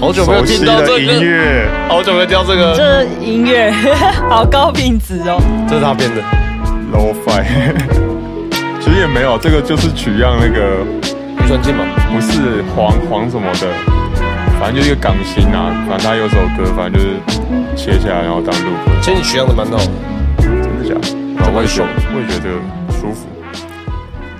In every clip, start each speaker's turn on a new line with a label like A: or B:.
A: 好久没有
B: 熟悉
A: 听到
B: 的
A: 这
B: 音
A: 个，
B: 乐，
A: 好久没有听到这个，
C: 这音乐好高品质哦。
A: 这是他编的。
B: low fi。其实也没有，这个就是取样那个
A: 余传进嘛，
B: 不是黄黄什么的，反正就是一个港星啊，反正他有首歌，反正就是切下来然后当录歌，
A: 其实你取样的蛮好的。
B: 真的假的？啊，我也觉得，我也觉得舒服。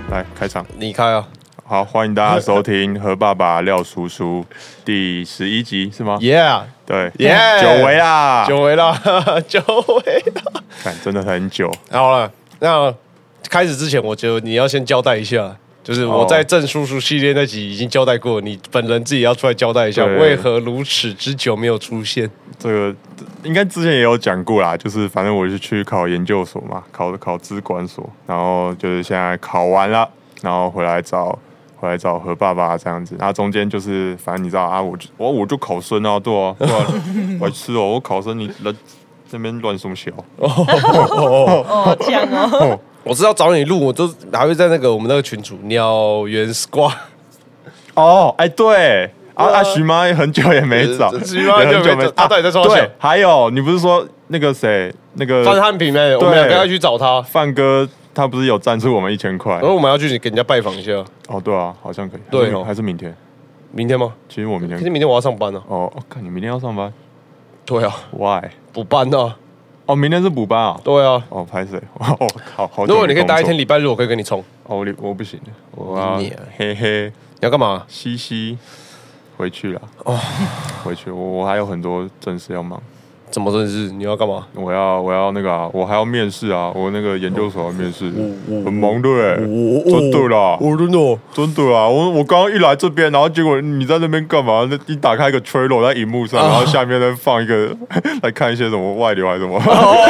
B: 来开场，
A: 你开啊，
B: 好，欢迎大家收听《和爸爸廖叔叔》第十一集是吗？
A: 耶
B: 对，
A: 耶
B: 久违啦，
A: 久违了， 久违了。
B: 看真的很久，
A: 好了，那开始之前，我觉得你要先交代一下，就是我在郑叔叔系列那集已经交代过，你本人自己要出来交代一下，
B: 对
A: 为何如此之久没有出现？
B: 这个应该之前也有讲过啦，就是反正我是去考研究所嘛，考考资管所，然后就是现在考完了，然后回来找回来找何爸爸这样子，那中间就是反正你知道啊，我就我我就考生啊，对啊，对啊，白痴哦，我考生你人那边乱送小，
C: 哦，这样哦。
A: 我知道找你录，我都还会在那个我们那个群组鸟园 squad
B: 哦，哎、对。啊，阿徐妈也很久也没找，
A: 呃徐妈
B: 也
A: 很久没找她到底在做什么
B: 对，还有你不是说那个谁，那个
A: 范汉平呢，我们两个要去找他，
B: 范哥，他不是有赞助我们一千块？
A: 然后我们要去给人家拜访一下。
B: 哦，对啊，好像可以。
A: 对
B: 还是
A: 哦
B: 还是明天？
A: 明天吗？
B: 其实我明
A: 可是
B: 天。
A: 明天我要上班呢、啊。
B: 哦，哦看你明天要上班
A: 对啊，
B: ？Why？
A: 补班呢、啊。
B: 哦，明天是补班啊。
A: 对啊，
B: 哦，拍谁？ 哦，好好久没工作。
A: 如果你可以待一天，礼拜日我可以跟你冲。
B: 哦，我礼我不行，我要
A: 你啊
B: 嘿嘿
A: 你要干嘛？
B: 嘻嘻回去了。哦，回去，我我还有很多正事要忙。
A: 怎么认识？你要干嘛？
B: 我要我要那个啊，我还要面试啊，我那个研究所要面
A: 哦
B: 试，很忙的哎，真的啦，
A: 真的哦
B: 真的啊！我我刚刚一来这边，然后结果你在那边干嘛？那一打开一个 trailer 在荧幕上，
A: 啊
B: 然后下面再放一个 来看一些什么外流还是什么？
A: 哦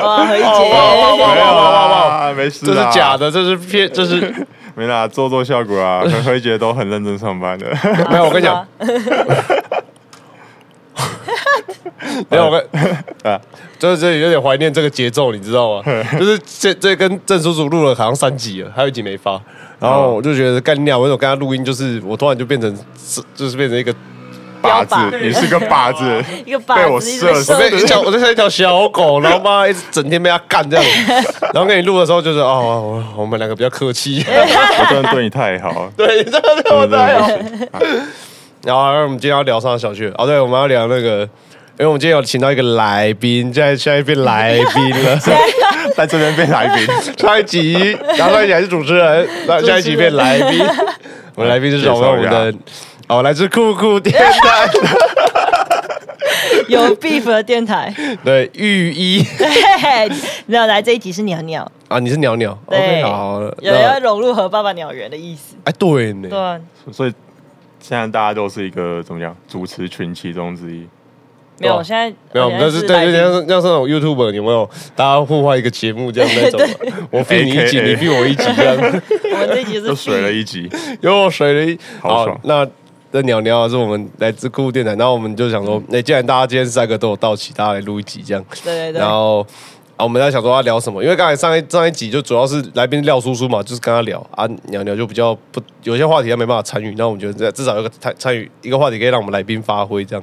C: 哇，何一
A: 哇
C: 姐，
A: 哇
B: 没有
A: 哇哇哇！
B: 啦，没事，
A: 这是假，的，这是骗，这是
B: 没啦，做做效果 啊。何辉姐都很认真上班的，
A: 没有。我跟你
C: 啊
A: 讲，没有我跟啊
B: 啊，
A: 就是这有点怀念这个节奏，你知道吗？ 就是这这跟郑叔叔录了好像三集了，还有一集没发，然
B: 啊
A: 后我就觉得干掉，我有跟他录音，就是我突然就变成就是变成一个
B: 靶
C: 标
B: 子，
C: 靶
B: 你是个靶子，
A: 哦
C: 一个
B: 被
C: 靶
B: 我
C: 子一直被
B: 射死
A: 我
C: 射
A: 被一条，我就像一条小狗，然后妈一直整天被他干这样子。然后跟你录的时候就是哦，我我们两个比较客气，，
B: 我真的对你太好了
A: 对， 这个对我
B: 真的
A: 太好。
B: 真的不行。 啊
A: 然后我们今天要聊上小学哦，对，我们要聊那个，因为我们今天有请到一个来宾，现在现在变来宾 了，
B: 在这边被来宾，
A: 上一集，然后上一集还是主持人，那下一集变来宾，我们来宾是什么？我们的哦，来自酷酷电台，
C: 有 beef 的电台，
A: 对，御医
C: 对，没有来这一集是鸟鸟，
A: 啊，你是鸟鸟
C: 对
A: ，OK，好，
C: 有要
A: 那
C: 融入和爸爸鸟园的意思，
A: 哎，对呢，
C: 对啊，
B: 所以现在大家都是一个怎么讲主持群其中之一。
C: 没
A: 对
C: 有，
A: 啊
C: 我现在
A: 没有，
C: 我现
A: 但
C: 在
A: 是
C: 哎来
A: 对，有
C: 宾
A: 点像像是那种 YouTube 有没有？大家互换一个节目这样那 种，我 f 你一集，你
B: AKA
A: f 我一集这样，
C: 我们这一集
B: 又
C: 是
B: 水了一集，
A: 又水了一。
B: 好爽
A: 那那鸟鸟啊是我们来自酷电台，然后我们就想说，哎那既然大家今天三个都有到齐，大家来录一集这样。
C: 对对对
A: 然后啊，我们在想说要聊什么，因为刚才上一上一集就主要是来宾廖叔叔嘛，就是跟他聊啊，鸟鸟就比较不有些话题他没办法参与，那我们觉得至少有个参参与一个话题可以让我们来宾发挥这样。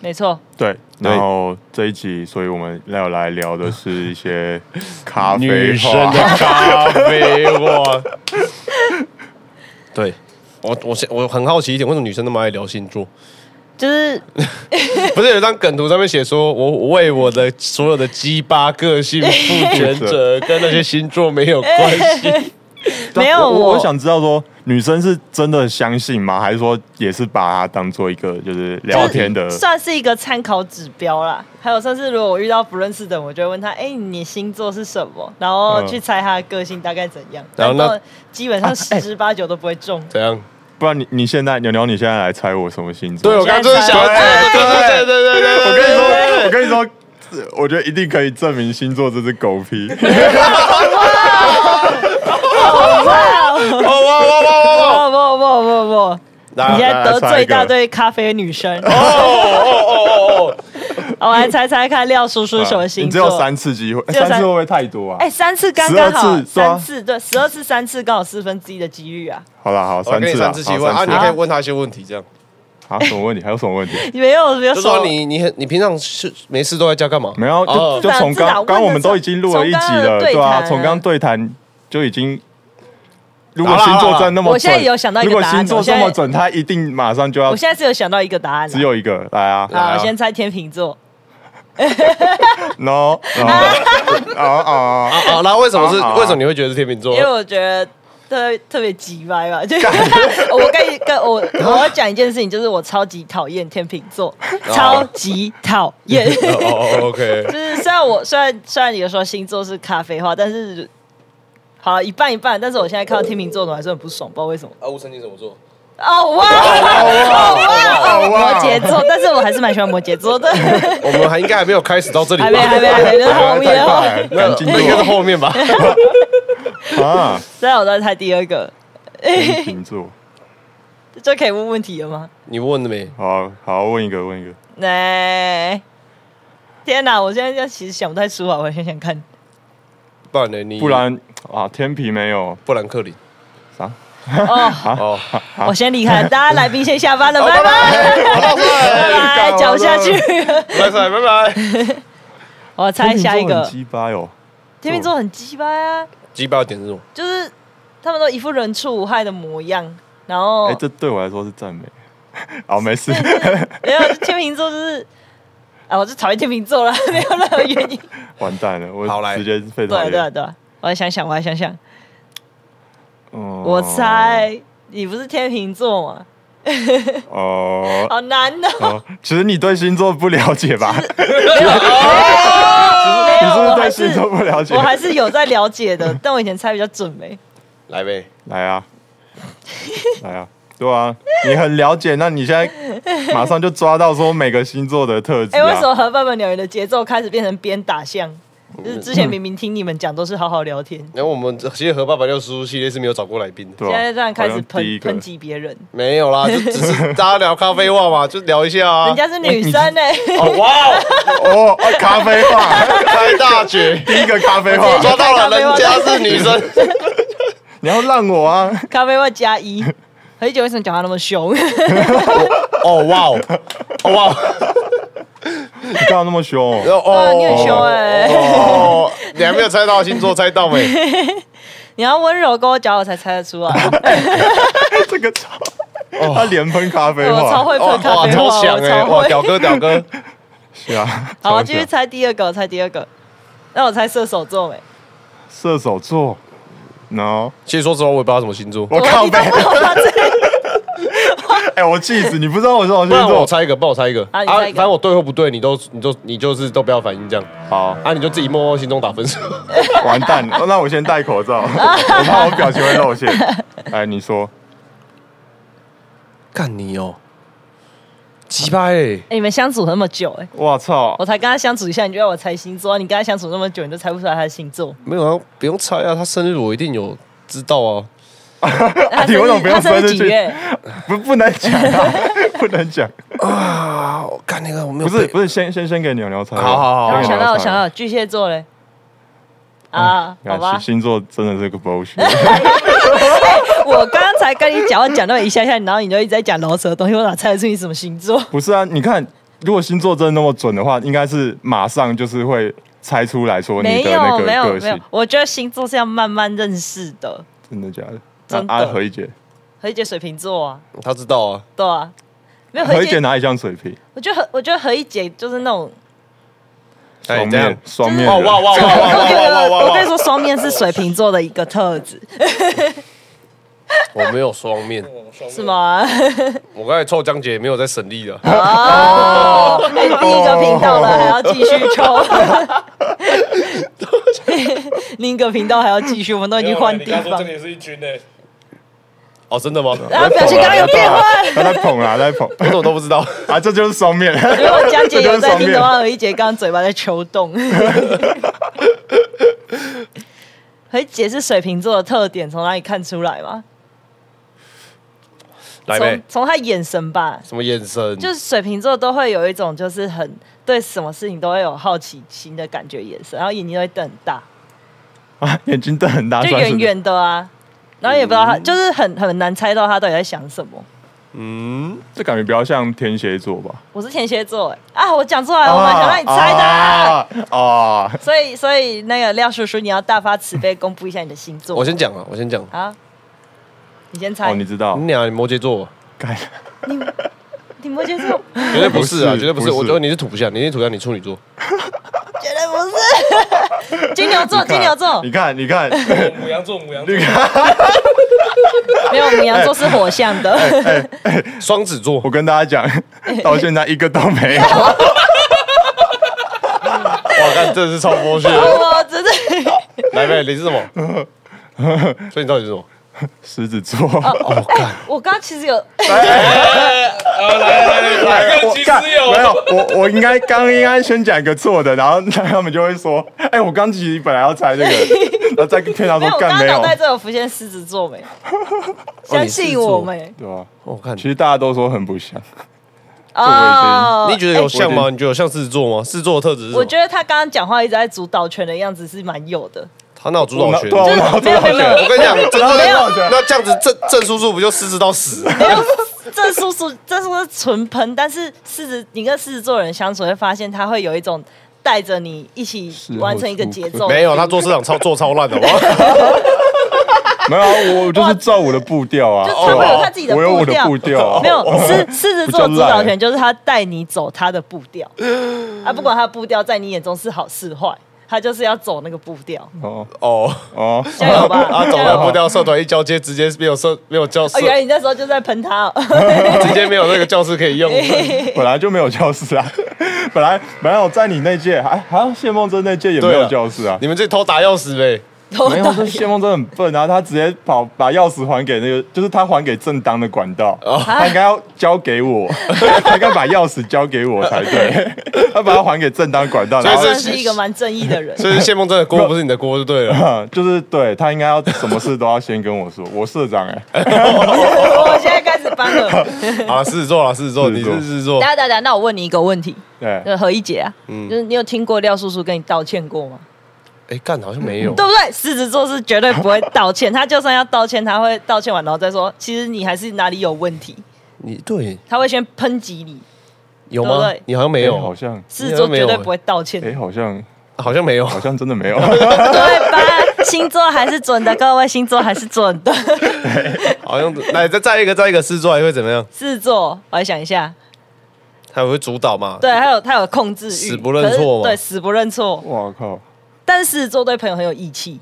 C: 没错，
B: 对，
A: 对
B: 然后这一集，所以我们要来聊的是一 些咖啡
A: 女生的
B: 话。
A: 咖啡哇！ 对，我我现我很好奇一点，为什么女生那么爱聊星座？
C: 就是
A: 不是有张梗图上面写说，我我为我的所有的鸡巴个性负全责，跟那些星座没有关系。
B: 对
C: 没有
B: 我我，
C: 我
B: 我想知道说，女生是真的相信吗？还是说也是把它当做一个就是聊天的？
C: 算是一个参考指标啦。还有，上次如果我遇到不认识的人，我就会问他：“哎、你星座是什么？”然后
B: 嗯
C: 去猜他的个性大概怎样。
A: 然后那
C: 但都基
B: 啊
C: 本上
B: 哎
C: 十之八九都不会中。
A: 怎样？
B: 不然你你现在牛牛，你现在来猜我什么星座？
A: 对我刚刚就是想，对对对对对对，
B: 我跟你说，我跟你说。我觉得一定可以证明星座这只狗屁，
A: 哇哇哇哇哇
C: 不
A: 哇！
B: 哦
C: 不不不不，
A: 来
C: 你现
B: 来
C: 在得
B: 猜
C: 罪
B: 一
C: 一大
B: 个
C: 堆咖啡女生。
A: 哦哦哦哦！
C: 我来猜猜看廖叔 叔什么
B: 哦
C: 星
B: 你只
C: 座？
B: 有三次机会，哎
C: 只有
B: 三
C: 三
B: 次会不会太多啊
C: 哎、？三次刚刚好，
B: 12次是吧
C: 三次对，十二次三次刚好四分之一的几率啊！
B: 好啦，好，
A: 我
B: 三
A: 给
B: 次
A: 你
B: 啊，
A: 三
B: 好
A: 次
B: 三
A: 机会啊，你
B: 次
A: 可以问他一些问题，这样
B: 啊，什么问题？还有什么问题？
C: 你没有没有
A: 就
C: 说
A: 说你你很你平常是没事都在家干嘛？
B: 没有，就
A: 哦
B: 就从
C: 自打
B: 刚
C: 问
B: 刚
C: 的
B: 我们
C: 时候
B: 都已经录了一
C: 从
B: 集
C: 刚刚的
B: 了，
C: 对
B: 对啊，
C: 谈
B: 从刚对谈就已经。如果
A: 好啦
B: 星座
A: 好啦
B: 真的那么准，
C: 我现在有想到一个
B: 如果
C: 答案
B: 星座
C: 我现
B: 这
C: 在
B: 么准，他一定马上就要
C: 我现在只有想到一个答案、啊，
B: 只有一个来啊，来
C: 啊，
B: 啊
C: 我先猜天秤座，
B: ，no，no，啊 啊，
A: 啊啊，那为什么是
B: 啊啊
A: 为什么你会觉得是天秤座
C: 因？为我觉得特特别急歪吧， 就是我跟你跟我 我要讲一件事情，就是我超级讨厌天秤座，
B: 哦
C: 超级讨 厌。
A: 哦哦哦，OK，
C: 就是虽然我虽然虽然有时候星座是咖啡化，但是好了一半一半，但是我现在看到天秤座的我还是很不爽，不知道为什么。
A: 啊，吴成你怎么做？
C: 哦哇哦哇
B: 哦哇
C: 摩羯座，但是我还是蛮喜欢摩羯 座的，还
A: 我们还应该还没有开始到这里吧，
C: 没还没还没，就是后
B: 太
C: 面哦后面。
B: 快了，赶紧
A: 那应该是后面吧？
B: 做啊，
C: 虽然我在猜第二个，
B: 天秤座，
C: 就可以问问题了吗？
A: 你问了没？
B: 好好问一个问一个，
C: 那、哎天哪！我现在就其实想不太出来，我想 想看。
A: 不然呢？你
B: 不然啊，天平没有
A: 布兰克林
B: 啥，
C: 哦，
A: 哦，
C: 我先离 开了，大家来宾先下班了，哎拜拜， 拜拜，讲不下去。
A: 拜拜拜拜，
C: 我猜下一
B: 天秤座
C: 个
B: 很，鸡巴哦，
C: 天秤座很鸡巴啊，
A: 鸡巴点是什么？
C: 就是他们都一副人畜无害的模样，然后
B: 哎，这对我来说是赞美， 好，没 事，
C: 没有天秤座就是。 啊，我就讨厌天秤座了， 没有任何原 因。
B: 完蛋了，我
A: 好来
B: 直接被
C: 对
B: 讨
C: 啊对啊
B: 厌。
C: 对啊，我来想想，我来想想。
B: 嗯
C: 我猜你不是天秤座吗？
B: 哦。
C: 好难 哦。
B: 哦，其实你对星座不了解吧？ 你是不是
C: 没有，我还
B: 对
C: 是
B: 星座不了解
C: 我？还是哦有在了解的，但我以前猜比较准没、
A: 来呗，
B: 来啊，来啊，对啊，你很了解，那你现在马上就抓到说每个星座的特质
C: 哎、为什
B: 啊。
C: 么和爸爸鸟人的节奏开始变成边打象？就是之前明明听你们讲都是好好聊 天，
A: 然后我们其实和爸爸六叔叔系列是没有找过来宾的，
B: 对啊
C: 现在这样开始
B: 好像第一
C: 抨
B: 个
C: 抨击别人，
A: 没有啦，就只是大家聊咖啡话 嘛，就聊一下啊
C: 人。家是女生
B: 哎
C: 欸呢、
A: 哦哇
B: 哦，
A: 哦，
B: 啊咖啡话，
A: 开大绝，
B: 第一个咖啡话，
A: 抓到了，人家是女生。
B: 你要让我啊，
C: 咖啡会加一。何姐为什么讲话那么凶？
A: 哦哇哦，哦哇哦，
B: 你干嘛那么凶哦？
A: 哦，
C: 你很凶哎、
A: 哦，你还没有猜到星座，猜到没？
C: 你要温柔跟我讲，我才猜得出啊来。
B: 这个超，
A: 哦
B: 他连喷咖啡
C: 我
B: 话，哦
C: 超会
A: 哇
C: 喷咖
A: 哦哇，
C: 啡话，
A: 超
C: 我超
A: 强
B: 欸
A: 哎！哇，
C: 会。
A: 屌哥，屌哥，
B: 是啊，
C: 好，我
B: 超
C: 继续
B: 像
C: 猜第二个，我猜第二个。那我猜射手座没、欸
B: 射手座，no，
A: 其实说实话，我也不知道什么星座。
B: 我靠
C: 你都
B: 背，
C: 不知道这
B: 哎，我气死，你不知道我是什么
A: 不
B: 星
A: 然
B: 座？
A: 我猜一个，帮我猜一个
C: 啊你猜一个
A: 反正我对或不对，你都你就你就是都不要反应这样
B: 好，
A: 啊，你就自己默默心中打分数。
B: 完蛋 了，哦那我先戴口罩，我怕我表情会露馅。哎，你说，
A: 干你哦，鸡巴哎！
C: 欸你们相处那么久、欸，哎，
B: 我操
C: 我，才跟他相处一下，你就要我猜星座？你跟他相处那么久，你都猜不出来他的星座？
A: 没有啊，不用猜啊，他生日我一定有知道啊。
C: 他
B: 哎你
C: 生
B: 为什么
C: 日
B: 不
C: 他
B: 用
C: 生
B: 生
C: 日
B: 日
C: 几
B: 去
C: 月？
B: 不不能讲 啊，不能讲，
A: 啊，我干那个我没
B: 不是不是，先先先给牛牛猜吧，
A: 好好好
B: 先
A: 嗯
C: 我
B: 给
C: 想
B: 牛牛
C: 到，我
B: 猜
C: 想到巨蟹座嘞。啊，
B: 你
C: 好
B: 看
C: 吧
B: 哎星，星座真的是个 bullshit，
C: 我刚刚才跟你讲，我讲到一下下，然后你就一直在讲饶舌的东西，我哪猜得出你什么星座？
B: 不是啊？你看，如果星座真的那么准的话，应该是马上就是会猜出来说你
C: 没
B: 的那
C: 有，
B: 个
C: 没有，
B: 个
C: 没有
B: 性，，
C: 我觉得星座是要慢慢认识的。
B: 真的假的？
C: 真
B: 那
C: 的
B: 阿何一姐，
C: 何一姐水瓶座啊，
A: 他知道啊，
C: 对啊，没有
B: 何
C: 何
B: 一
C: 一
B: 姐
C: 姐，
B: 哪里像水瓶？
C: 我觉得何，我觉得何一姐就是那种，
A: 哎
B: 双
A: 这样
B: 面双面
A: 哇
B: 人，
A: 哇哇哇哇哇哇哇
C: 我
A: 哇
C: 跟！你说，双面是水瓶座的一个特质，
A: 我没有双面，
C: 是吗？
A: 我刚才臭江姐没有在省力 的，
C: 哦，哎第一个频道了，还要继续抽。另一个频道还要继续，我们都已经换地方。
A: 也是一群呢。哦，真的 吗？
C: 然啊后表情刚刚有变化。
B: 他在捧啊，他在捧
A: 我怎么都不 知道？
B: 啊，这就是双面。
C: 如果江
B: 这
C: 姐
B: 就
C: 有
B: 是
C: 在
B: 双
C: 听
B: 面
C: 的话，何一姐刚刚嘴巴在抽 动。何一姐是水瓶座的特点，从哪里看出来吗？
A: 来
C: 从
A: 呗，
C: 从她眼神吧，
A: 什么眼神？
C: 就是水瓶座都会有一种就是很对什么事情都会有好奇心的感觉眼神，然后眼睛都会瞪很大，
B: 啊，眼睛瞪很大，
C: 就
B: 算是嗯
C: 远远的啊，然后也不知道他，就是很很难猜到他到底在想什么。
A: 嗯，
B: 这感觉比较像天蝎座吧？
C: 我是天蝎座、欸，啊，我讲出来了，我本
B: 哦
C: 来想让你猜的啊、
B: 啊啊！
C: 所以所以那个廖叔叔，你要大发慈悲公布一下你的星座。
A: 我先讲了，我先讲。
C: 啊，你先猜，
B: 哦，你知道
A: 你，俩你摩羯座，啊
B: 干
C: 你你摩羯座，
A: 绝对不是啊，
B: 不是
A: 绝对不是。
B: 不是
A: 我觉得你是土象，你是土象，你处女座。
C: 绝对不是金牛座，金牛座
B: 你看，你看，
D: 母羊座，母羊座
B: 你，看，
C: 没有母羊座是
B: 哎
C: 火象的，
A: 双子座
B: 我，跟大家讲，到现在一个都没有。
A: 哇，看真的是超剥削。
C: 我真的
B: 哦
A: 来呗，你是什么？ 所以你到底是什么？
B: 狮子座，
C: 哦，哎，我刚刚其实有
D: 啊，来来来来，
B: 我
D: 其实
B: 干
D: 有
B: 没有？我我应该刚应该先讲一个错的，然后他们就会说，哎，我刚其实本来要猜这个，然后再骗他
C: 没有，
B: 说
C: 我刚
B: 干
C: 刚
B: 没
C: 脑
B: 有，哦
C: 袋真的有浮现狮子座没？相信我没？
B: 对吧？
A: 我看
B: 其实大家都说很不像，
C: 哦，
A: 你觉得有像
B: 哎
A: 吗？
B: 我
A: 你觉得有像狮子座吗？狮子座的特质是什么？
C: 我觉得他刚刚讲话一直在主导权的样子是蛮有的，
A: 他那有主导权。
B: 对啊，我
A: 我
B: 脑
C: 没有没有没有
A: 跟你讲，真的
C: 没有
A: 那这样子郑郑叔叔不就狮子到死？
C: 没有这叔叔这叔叔纯喷，但是狮子你跟狮子座人相处会发现他会有一种带着你一起完成一个节奏，
A: 没有，他做市场超做超烂的，好不好
B: 没有啊，我就是照我的步调啊，
C: 就他会有他自己的
B: 我有我
C: 步
B: 的
C: 调，
B: 步调啊，
C: 没有 狮狮子座的
B: 比
C: 主
B: 较烂
C: 导权就是他带你走他的步调，啊，不管他的步调在你眼中是好是坏，他就是要走那个步调，
B: 哦
A: 哦。
B: 哦，
C: 加 油吧，
A: 啊，走
C: 加
A: 了
C: 油
A: 不
C: 吧！
A: 掉社团一交接，直接没有社没有教室
C: 哦，，原来你那时候就在喷他、 哦，
A: 直接没有那个教室可以用。
C: 哎
B: 本来就没有教室啊， 本来本来我在你那届，还好像谢梦真那届也没
A: 对
B: 有
A: 啊
B: 教室啊
A: 你。们这偷打钥匙呗？
C: 偷
B: 没有，这谢梦真很笨啊，他直接跑把钥匙还给那个，就是他还给正当的管道，
A: 哦
B: 他应该要交给我， 他应该把钥匙交给我才 对，他把它还给正当管道，
A: 所以
B: 然后
C: 算是一个蛮正义的人。
A: 所以谢梦真的锅不是你的锅就对 了。
B: 嗯就是对他应该要什么事都要先跟我说， 我社长哎、
C: 哦我现在开始帮
A: 哦
C: 了。
A: 好了，狮子座了，狮子
B: 狮
A: 座，你
B: 子
A: 是
B: 座
A: 狮子座
C: 大，家大家，那我问你一个问题，
B: 对。
C: 就是何一姐啊，
A: 嗯
C: 就是你有听过廖叔叔跟你道歉过吗？
A: 哎，干好像没有
C: 对。不对？狮子座是绝对不会 道歉，他就算要道歉，他会道歉完然后再说，其实你还是哪里有问题，
A: 你对
C: 他会先抨击你。
A: 有吗
C: 对不对？
A: 你好像没
B: 哎好
A: 有，
B: 像，
C: 狮子座绝对不会道歉
B: 哎、，好像，
A: 好像没有。
B: 好像真的没 有，
C: 对吧？星座还是准的，各位星座还是 准的。
A: 好像来再再一个再一个狮座还会怎么样？
C: 狮子座，我来想一下，
A: 他也会主导嘛？
C: 对，还有他有控制欲，
A: 死不认错嘛
C: 可是对，死不认错。
B: 我靠，
C: 但是狮子座对朋友很有义气，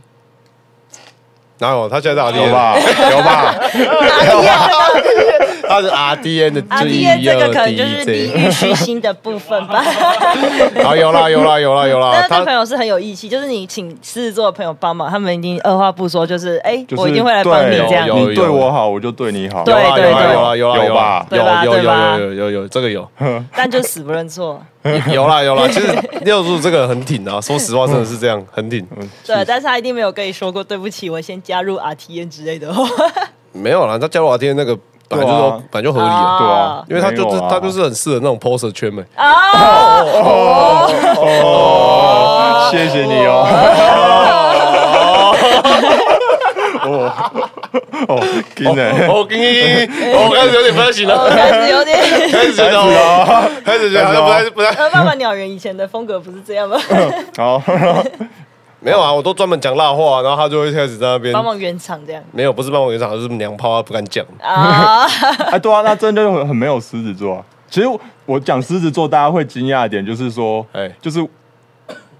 A: 哪有？他现在是 RDN
B: 有？吧，有吧，
A: 哎他是 RDN 的
C: 阿
A: 最
C: 弟啊这个可能
A: 低
C: 就是
A: 这
C: 地域虚心的部分吧。
A: 啊，有啦有啦有啦有
C: 但
A: 啦，
C: 是对朋
A: 他
C: 友是很有义气，就是你请狮子座的朋友帮忙，他们一定二话不说，就是哎、
B: 就是
C: 我一定会来帮你
B: 对
C: 这样
A: 有。
B: 你对我好，我就对你好，
C: 对
A: 有啦有啦有啦有
C: 对
B: 有
A: 啦
B: 吧
A: 有啦有
C: 对吧
A: 有
C: 对吧
A: 有有有有有这个有
C: 但就死不认错。
A: 有啦有啦，其实六柱这个很挺啊，说实话真的是这样很挺，
B: 嗯
C: 对，但是他一定没有跟你说过对不起，我先加入 RTN 之类的哦话。
A: 没有啦，他加入 RDN 那个本来就
B: 对
A: 说
B: 啊
A: 本来就合理啊
C: 啊。
B: 对啊，
A: 因为他就是、
B: 没有啊
A: 他就是很适合那种 poser 圈嘛，
C: 哦，
B: 哦，谢谢你哦， 哦，哦，真的，
A: 我给你，我开始有点不太行
C: 我
A: 了，
C: 开始有 点。
A: 开始觉得我，开始觉得不太不太
C: 呃，爸爸鸟人以前的风格不是这样吗？
B: 好，
A: 没有啊，我都专门讲辣话，然后他就会开始在那边
C: 帮忙圆场这样
A: 没有，不是帮我圆场，就是娘炮，他不敢讲。
C: 啊，
B: 哎，对啊，那真的就很很没有狮子座啊。其实我我讲狮子座，大家会惊讶的点就是说，
A: 哎
B: 就是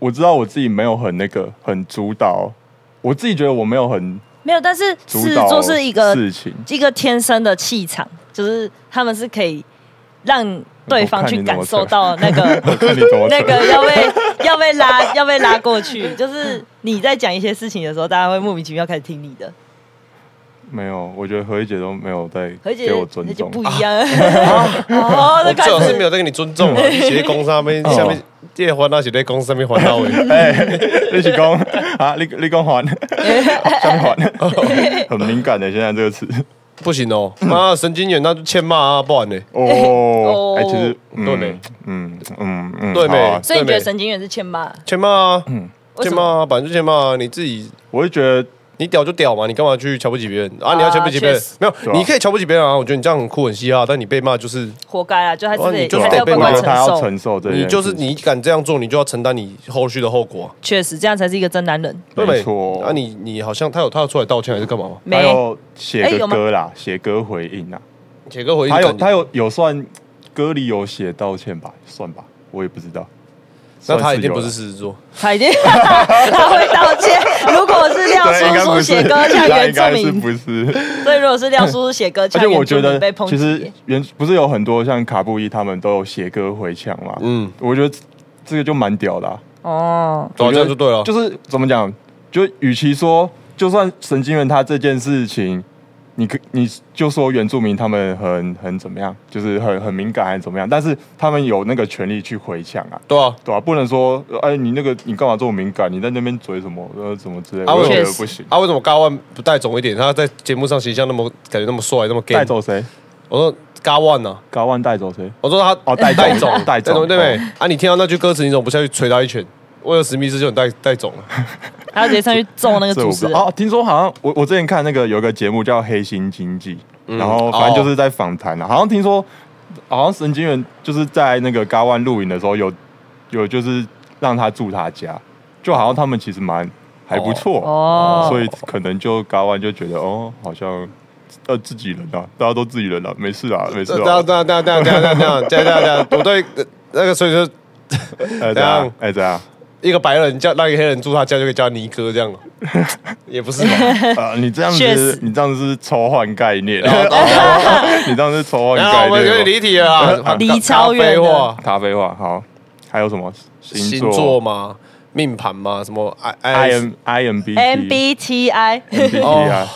B: 我知道我自己没有很那个很主导，我自己觉得我没有很
C: 没有。但是
B: 主
C: 狮子
B: 导
C: 座是一个
B: 事情，
C: 一个天生的气场，就是他们是可以让对方去感受到那 个
B: 我看你怎么扯
C: 那个要 被要被拉要被拉过去，就是你在讲一些事情的时候，大家会莫名其妙开始听你的。
B: 没有，我觉得何一姐都没有在
C: 何姐
B: 给我尊
C: 那就
B: 重，啊
C: 不一样， 哦，
A: 我
C: 那
A: 最
C: 开
A: 好是没
C: 始
A: 有在跟你尊重啊， 你写在公上面，
B: 哦
A: 下面夜还到写在公上面还 到尾，
B: 哎，你是讲
A: 哦
B: 啊，你你讲还，下面还，很敏感的，现在这个词。
A: 不行哦，妈神经元那就欠骂啊，不然呢？
B: 哦，哎，其实
A: 对没，
B: 嗯嗯嗯，
A: 对没
B: 好啊
C: 所以你觉
A: 对
C: 得
A: 没
C: 神经元是欠骂？
A: 欠骂啊，
B: 嗯
C: 为
A: 欠
C: 什
A: 骂
C: 么？
A: 啊，本来就欠骂啊，你自己
B: 我是觉得
A: 你屌就屌嘛，你干嘛去瞧不起别人啊？你要瞧不起别
C: 啊
A: 人
C: 确实，
A: 没有
B: 对，啊
A: 你可以瞧不起别人啊，我觉得你这样很酷很嘻哈，但你被骂就是
C: 活该啊！就他自
A: 哦你
C: 己
A: 就是
C: 还是要
A: 得被
C: 乖
B: 我
A: 骂
C: 乖
B: 觉得他要
C: 承受，
B: 承受这件事，
A: 你就是你敢这样做，你就要承担你后续的后果啊，
C: 确实这样才是一个真男人。
A: 对
B: 没
A: 没？
B: 错
A: 啊，你你好像他有他有出来道歉还是干嘛吗？
B: 还
C: 没，
B: 有
C: 哎
B: 写个
C: 有吗
B: 歌啦，写歌回应啊，
A: 铁哥回应
B: 他有
A: 感
B: 他有有算歌里有写道歉吧，算吧，我也不知道。
A: 那
B: 算
A: 他一定
B: 有
A: 不是
B: 啦
A: 狮子座，
C: 他已经 他会道歉。如果是廖
B: 对应该
C: 叔
B: 不
C: 叔
B: 是
C: 写 歌
B: 那
C: 像原
B: 应
C: 住
B: 该是
C: 民，
B: 不是？
C: 所以如果是廖叔叔写歌
B: 而
C: 像
B: 且我
C: 原
B: 觉
C: 住民
B: 得
C: 被抨，
B: 其实
C: 击，
B: 原不是有很多像卡布伊他们都有写歌回呛嘛？
A: 嗯，
B: 我觉得这个就蛮屌的啊、
C: 哦，
A: 对啊
B: 我觉
A: 这
B: 得
A: 样就对了，
B: 就是怎么讲，就与其说，就算神经元他这件事情，你可你就说原住民他们很很怎么样，就是很很敏感还是怎么样，但是他们有那个权利去回呛啊。
A: 对啊。
B: 对啊，不能说，哎，你那个你干嘛这么敏感？你在那边嘴什么，呃，怎么之类的，
A: 啊
B: 我
A: 为什
B: 觉
A: 么
B: 得不行。
A: 啊，为什么嘎万不带种一点？他在节目上形象那么感觉那么帅，那么 gay
B: 带。走谁？
A: 我说嘎万呢？
B: 高万带走谁？
A: 我说他
B: 哦带种
A: 带种
B: 带种
A: 对不对
B: 哦？
A: 啊，你听到那句歌词，你怎么不下去捶他一拳？威尔史密斯就很带带种了。
C: 他直接上去揍那 个
B: 这我
C: 主
B: 不知
C: 持
B: 道。
C: 人。
B: 哦，听说好像我我之前看那个有一个节目叫《黑心经济》，
C: 嗯
B: 然后反
C: 哦
B: 正就是在访谈啊，好像听说好像神经元就是在那个嘎湾露营的时候有有就是让他住他家，就好像他们其实蛮还不错
C: 哦
B: 所以可能就嘎湾就觉得哦，好像呃自己人啊，大家都自己人啊，没事啊，
C: 呃
B: 没事
A: 这
B: 啊
A: 样，这样这样这样这样这样这样这样这样这样，我对呃那个所以说
B: 哎这样哎这样，
A: 一个白人叫让一个黑人住他家就可以叫尼哥这样了，也不是吧？
B: 啊你这样
C: 确实哦
B: 子你这样子是抽换概念，啊 你这样是抽换
A: 然后
B: 概
A: 我们有
B: 念
A: 点离题了啊，
C: 离
A: 咖
C: 超远
A: 咖啡
C: 了
A: 话
B: 哦，咖啡话好，还有什么
A: 星
B: 星座？
A: 座嘛、命盘嘛、什么 I
B: I M I M B
C: MBTI，
B: B 啊，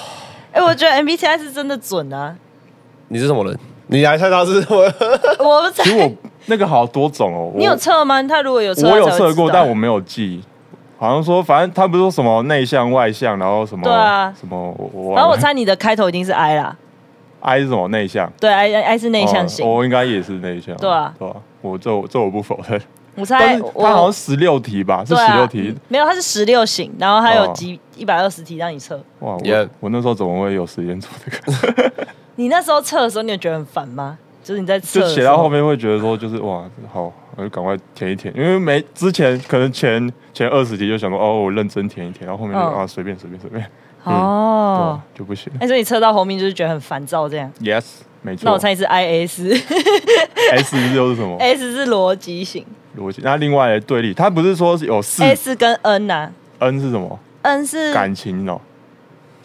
C: 哎，我觉得 MBTI 是真的准啊！
A: 你是什么人？你来猜他是什么人？
C: 我不
B: 其
C: 知
B: 实
C: 道
B: 我那个好多种哦。我
C: 你有测吗？他如果有测，
B: 我有
C: 他才会
B: 测过，
C: 知道
B: 但我没有记。好像说，反正他不是说什么内向外向，然后什么
C: 对啊
B: 什么我我忘了
C: 然后我猜你的开头一定是 I 啦，
B: I 是什么内向
C: 对，I I 是内向型。
B: 哦我应该也是内向，
C: 对啊
B: 对啊，我这我这我不否认。
C: 我
B: 但
C: 猜
B: 是
C: 我
B: 他好像十六题吧，是
C: 对
B: 十
C: 啊
B: 六题
C: 没有，它是十六型，然后还有
B: 哦
C: 几一百二十题让你测。
B: 哇！
A: Yeah
B: 我我那时候怎么会有时间做这个？
C: 你那时候测的时候，你有觉得很烦吗？就是你在
B: 就
C: 测的时候
B: 写到后，面会觉得说，就是哇，好，我就赶快填一填，因为没之前可能前前二十题就想说，哦，我认真填一填，然后后面就、
C: 嗯
B: 啊随便随便随便，
C: 哦
B: 哦，，就不行。
C: 哎，所以你测到后面就是觉得很烦躁这样。
B: Yes，没错。
C: 那我猜是 I S，S
B: S 又是什么
C: 是逻辑型
B: 逻辑？那另外的对立，它不是说是有四
C: ，S 跟 N 呐
B: N 是什么？
C: ，N 是
B: 感情哦，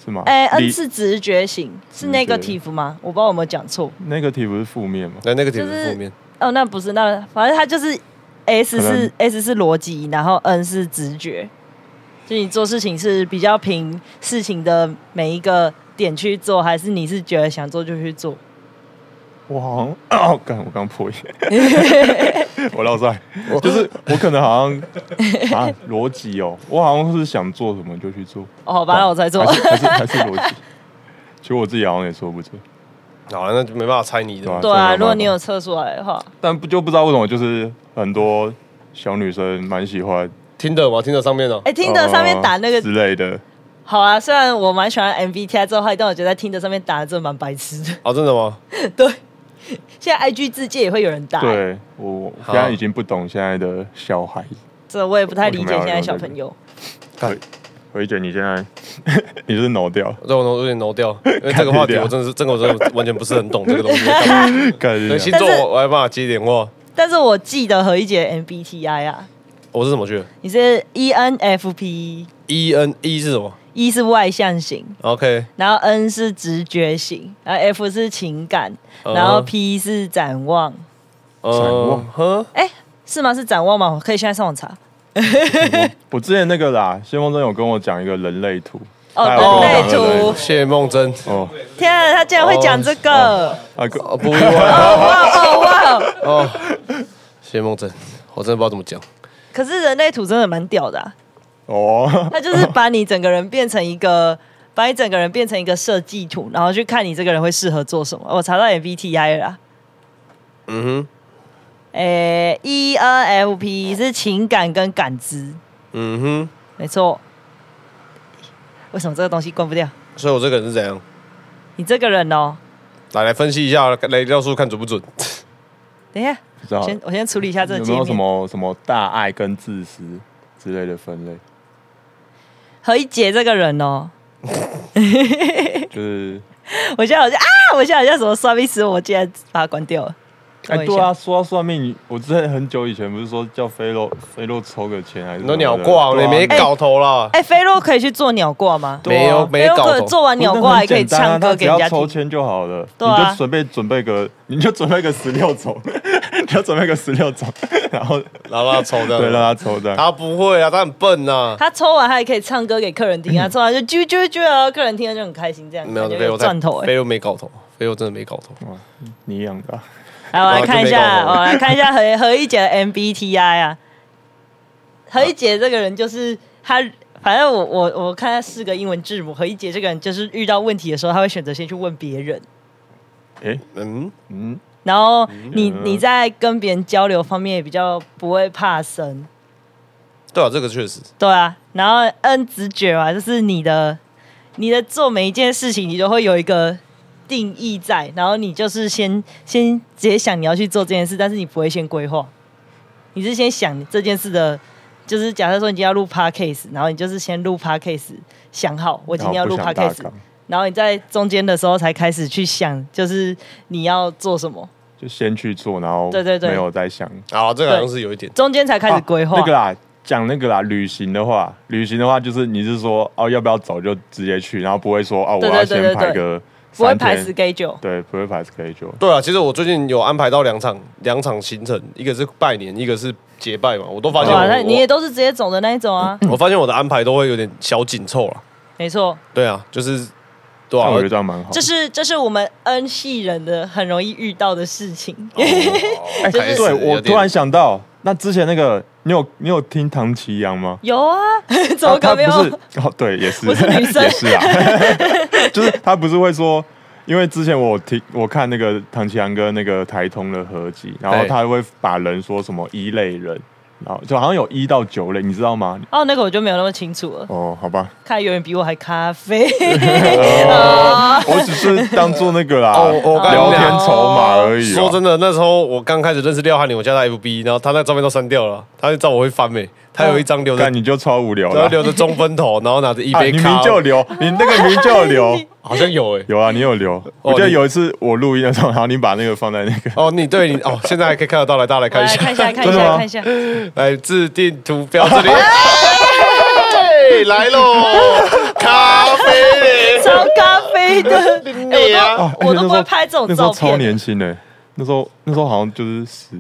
B: 是吗？
C: 哎，N
B: 理
C: 是直觉型，是
B: 直
C: 那个
B: 觉
C: t i 吗？我不知道我有没有讲错。
B: 那个题不是负面吗？
A: 那那个点
C: 就是
A: 是负面，
C: 哦，那不是，那反正它就是 S
B: 可能
C: 是 S 是逻辑，然后 N 是直觉，就你做事情是比较凭事情的每一个点去做，还是你是觉得想做就去做？
B: 我好像哦，干，我刚 破音，我老帅，就是我可能好像啊逻辑哦，我好像是想做什么就去做，
C: 哦，好吧，那我再做
B: 还。是还是还是逻辑。 其实我自己好像也说不准，
A: 好了，那就没办法猜你的
B: 对。啊
C: 对啊，
B: 这个没办法
C: 如果你有测出来的话，
B: 但不就不知道为什么，就是很多小女生蛮喜欢
A: 听的嘛，听的上面哦呢、
C: 哎、听的上面打那
B: 呃
C: 个、
B: 之类的，
C: 好啊，虽然我蛮喜欢 MBTI 这块，但我觉得在听的上面打的真的蛮白痴的。
A: 啊，真的吗？
C: 对，现在 IG 自界也会有人打、欸，
B: 对我
A: 好
B: 现在已经不懂现在的小孩。
C: 这我也不太理
B: 为
C: 解
B: 什么要
C: 现在
B: 用
C: 小
B: 这个
C: 朋友。
B: 我一觉得你现在 你是挠掉，
A: 让我有点挠掉，因为这个话题我真的是，这个我真的完全不是很懂这个东西在干嘛。
B: 感觉
A: 对星座
C: 但是
A: 我我还办法接点话，
C: 但是我记得何一姐 MBTI 啊，
A: 我是怎么去的
C: 你是 E ENFP，
A: ？E N E 是什么
C: 一是外向型，
A: ？OK，
C: 然后 N 是直觉型，然后 F 是情感，然后
A: 嗯
C: P 是展望。
A: 嗯
B: 望
A: 哼，
C: 哎、是吗？是展望吗？我可以现在上网查。
B: 我之前那个啦，谢梦真有跟我讲一个人类图，
C: 哦
B: 他有跟我讲
C: 人类
B: 人类
C: 图
A: 谢梦真，
B: 哦，
C: 天啊，他竟然会讲这个！
B: 啊跟
A: 哦，不意外
C: 哇哦哇哦！
A: 哦，谢梦真，我真的不知道怎么讲。
C: 可是人类图真的蛮屌的、啊，
B: 哦，
C: 它就是把你整个人变成一个把你整个人变成一个设计图，然后去看你这个人会适合做什么。我查到 MBTI 了啦，
A: 嗯
C: 诶，ENFP 是情感跟感知，
A: 哼，嗯哼，
C: 没错。为什么这个东西关不掉？
A: 所以我这个人是怎样？
C: 你这个人哦，
A: 来来分析一下，来料数看准不准？
C: 等一下，
B: 不知道
C: 先我先处理一下这个
B: 有
C: 界
B: 没有
C: 面。
B: 什么什么大爱跟自私之类的分类？
C: 何一杰这个人哦，
B: 就是
C: 我现在好像啊，我现在好像什么算命师，我竟然把它关掉了。
B: 哎、
C: 等我一下
B: 对啊，说到算命，我之前很久以前不是说叫飞洛飞洛抽个签还是什
A: 你
B: 么
A: 都
B: 的？
A: 鸟挂，
B: 对
A: 你
B: 啊
A: 没搞头啦，
C: 哎，菲洛可以去做鸟卦吗？
B: 对啊
A: 没有没
C: 菲洛
A: 搞
C: 可
A: 头。
C: 做完鸟卦还可以唱歌给人
B: 啊他
C: 家
B: 只要抽
C: 听。
B: 签就好了。
C: 对啊
B: 你就准备准备个， 你就准备个十六种， 你就准备个十六种， 然后
A: 然后让他抽的，
B: 对让他抽这样。
A: 他不会啊，他很笨呐、
C: 他抽完他还可以唱歌给客 人听，他啊抽完就啾啾啾，然后客人听了就很开心，这样
A: 没有，
C: 感觉
A: 飞我太
C: 赚头哎。
A: 飞我没搞头，飞我真的没搞头。
B: 哇你养的啊、
C: 来，我来看一
A: 然后就被告
C: 下，
A: 了
C: 我来看一下何何一姐的 MBTI 啊。何一姐这个人就是她，反正我我我看她四个英文字母，何一姐这个人就是遇到问题的时候，她会选择先去问别人。
B: 哎，
A: 嗯，
B: 嗯，
C: 然后你
B: 嗯
C: 你在跟别人交流方面也比较不会怕生，
A: 对啊，这个确实，
C: 对啊。然后嗯，直觉嘛，就是你的你的做每一件事情，你都会有一个定义在，然后你就是先先直接想你要去做这件事，但是你不会先规划，你是先想这件事的，就是假设说你今天要录 podcast，然后你就是先录 podcast，想好我
B: 我
C: 今天要录 podcast，
B: 纲，
C: 然后你在中间的时候才开始去想，就是你要做什么。
B: 就先去做，然后
C: 对对对
B: 没有再想
A: 啊，这个好像是有一点，
C: 中间才开始规划、
B: 啊那个啦。讲那个啦，旅行的话，旅行的话就是你是说哦，要不要走就直接去，然后不会说哦，我
C: 对
B: 要
C: 对对
B: 先
C: 对
B: 排
C: 对
B: 个
C: 不会
B: 三
C: 排
B: 天
C: schedule。
B: 对，不会排 schedule。
A: 对啊，其实我最近有安排到两场两场行程，一个是拜年，一个是结拜嘛，我都
B: 哦
A: 发现我、
C: 哇，那你也
A: 我
C: 都是直接走的那一种啊，
A: 我发现我的安排都会有点小紧凑了。
C: 没错，
A: 对啊，就是对
B: 但
A: 啊，
B: 我觉得这样蛮好。
C: 这是这是我们 N 系人的很容易遇到的 事情。
A: 哎
C: 就是
B: 对我突然想到，那之前那个，你有你有听唐奇阳吗？
C: 有啊， 怎么可能没有？
B: 他不是哦，对，也是，
C: 我是女生
B: 也 是啊，就是他不是会说。因为之前我听我看那个唐奇阳跟那个台通的合集，然后
A: 对
B: 他会把人说什么一类人，然后就好像有一到九类，你知道吗？
C: 哦，那个我就没有那么清楚了。
B: 哦，好吧，
C: 看来有人比我还咖啡， 哦
B: 我只是当做那个啦，
A: 哦我刚才
B: 聊
A: 哦
B: 天筹码而已啊。
A: 说真的，那时候我刚开始认识廖汉林，我加他 FB，然后他那照片都删掉了，他就照我会翻诶、欸他有一张留着
B: 但，你就超无聊
A: 他
B: 了，
A: 留着中分头，然后拿着一
B: 啊
A: 杯
B: 你
A: 咖
B: 明，就留，你那个明就 留。
A: 好像有诶、欸
B: 有啊，你有留。我记得有一次我录音的时候，然后你把那个放在那个，
A: 哦，你对你哦，现在还可以看得到，来大家来
C: 我
A: 看一
C: 来
A: 下，
C: 看一下，看一
B: 真的
C: 下，
B: 吗
C: 看一下。
A: 来制定图标 这里，哎来喽，咖啡，
C: 超咖啡的，
A: 累
C: 哎
A: 啊
C: 我都我都不会拍这种
B: 哦那时候
C: 照
B: 超
C: 片。
B: 年轻的，那时候那时候好像就是十，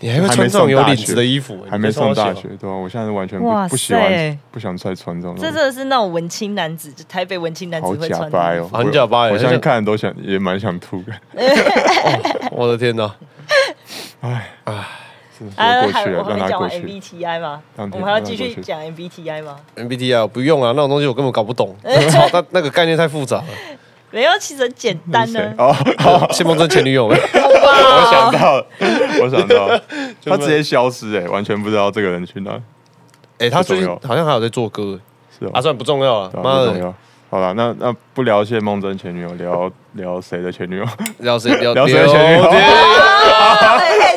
A: 你还会穿这种有领子的衣服、欸
B: 还没上大学
A: 你，
B: 对吧、啊我现在完全
C: 哇
B: 不不
C: 塞
B: 喜欢，不想再穿这种
C: 这真
B: 东西。
C: 的是那种文青男子，就台北文青男子
B: 好
C: 会
B: 假
C: 穿
B: 掰
C: 的衣
B: 哦
C: 服。，
A: 很假掰
B: 我我现
A: 很
B: 在
A: 像
B: 看都想也蛮想吐 的，
A: 穿这种我的天哪！
B: 是
C: 啊，
B: 过
C: 还
B: 去
C: 我
B: 了，
C: 还
B: 让
C: 没
B: 它
C: 讲
B: 过
C: 完
B: 去。
C: MBTI 吗？我
B: 让它
C: 们还要
B: 让它
C: 继
B: 过
C: 续
B: 去
C: 讲 MBTI 吗？
A: MBTI 不用啊，那种东西我根本搞不 懂，操，那那个概念太复杂 了。
C: 没有，其实很简
B: 那
C: 单啊
B: 是谁
C: 呢。
B: 哦，
A: 谢梦真前女友，欸
B: 我想到了，我想 到了，他直接消失哎、完全不知道这个人去哪儿。
A: 哎，他最近
B: 不重要
A: 好像还有在做歌，
B: 是哦
A: 啊，算了不重要了。
B: 对啊
A: 妈
B: 不重
A: 的，
B: 要。好了，那那不聊谢梦真前女友，聊聊谁的 前女友？
A: 聊谁聊
B: 聊谁的前女友
A: 刘天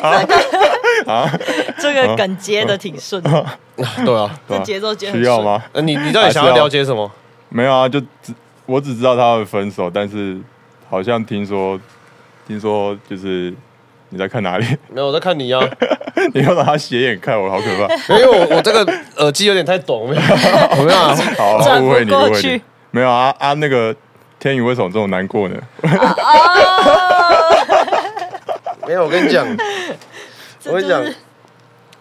C: 哎哎这个这
B: 啊
C: 个梗接的挺顺的，
A: 对啊，
C: 这
B: 对吧
C: 节奏接得很
B: 需要
C: 顺。
B: 吗？
A: 那你你到底想要了解什么？
B: 没有啊，就只我只知道他们分手，但是好像听说听说就是你在看哪里？
A: 没有，我在看你啊，
B: 你又拿他斜眼看我，好可 怕！
A: 因为我我这个耳机有点太短，我没有，我没有啊。
B: 好啊，
C: 转不
B: 误会你，
C: 过
B: 误会
C: 去
B: 你。没有啊啊，那个天宇为什么这么难 过呢？
A: 没有，我跟你讲，
C: 这
A: 我跟
C: 就
A: 你讲
C: 是，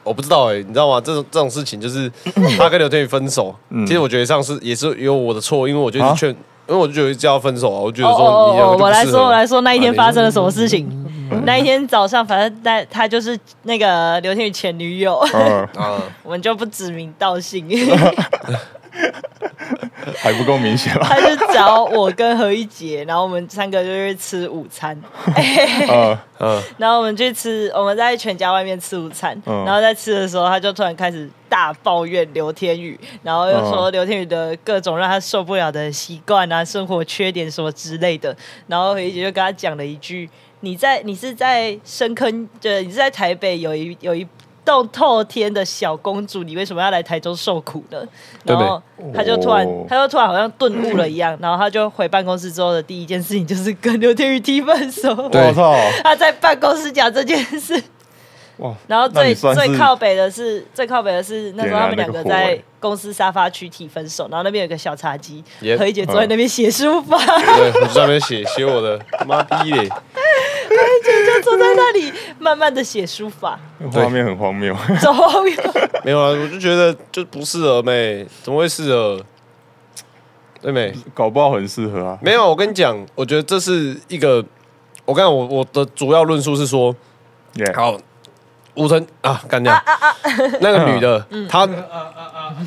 A: 我不知道哎、你知道吗？这种这种事情就是 他跟刘天宇分手，其实我觉得上次也是有我的错，因为我就一直
B: 嗯啊
A: 劝，因为我就觉得叫他分手啊，我觉
C: 哦
A: 得说
C: 哦
A: 你两个
C: 哦哦，
A: 就
C: 我
A: 不
C: 来
A: 适合
C: 说，我来说那一天
A: 啊嗯
C: 发生了什么事情。那一天早上，反正那他就是那个刘天宇前
A: 哦
C: 女友，
B: 嗯，
A: 啊，
C: 我们就不指名道姓。
B: 还不够明显啊吧？
C: 他就找我跟何一杰，然后我们三个就去吃午餐，哎
B: 呃，
A: 嗯，
C: 然后我们去吃，我们在全家外面吃午餐，
B: 嗯
C: 然后在吃的时候，他就突然开始大抱怨刘天宇，然后又说
A: 嗯
C: 刘天宇的各种让他受不了的习惯啊、生活缺点什么之类的，然后何一杰就跟他讲了一句：“你在你是在深坑，对，你是在台北有一有一。”栋透天的小公主，你为什么要来台中受苦呢？
A: 对
C: 然
A: 没
C: 后他就突然，
B: 哦
C: 他就突然好像顿悟了一样，然后他就回办公室之后的第一件事情就是跟刘天宇提分手。
A: 对
B: 我操，
C: 他在办公室讲这件事。
B: 哇！
C: 然后
B: 那
C: 最
B: 你算是
C: 最靠北的是，最靠北的是那时候他们两个
B: 点燃那个火
C: 在
B: 欸
C: 公司沙发区提分手，然后那边有个小茶几
A: Yep，
C: 何一姐坐在那边写书法，
A: 对，我就在那边写写我的，妈逼嘞！
C: 就坐在那里慢慢的写书法，
B: 画面很荒谬，
C: 走后面。
A: 没有啊，我就觉得就不适合妹，怎么会适合？对没？
B: 搞不好很适合啊。
A: 没有，我跟你讲，我觉得这是一个，我刚才我我的主要论述是说，
B: Yeah
A: 好，吴成啊，嗯干掉、 那个女的，她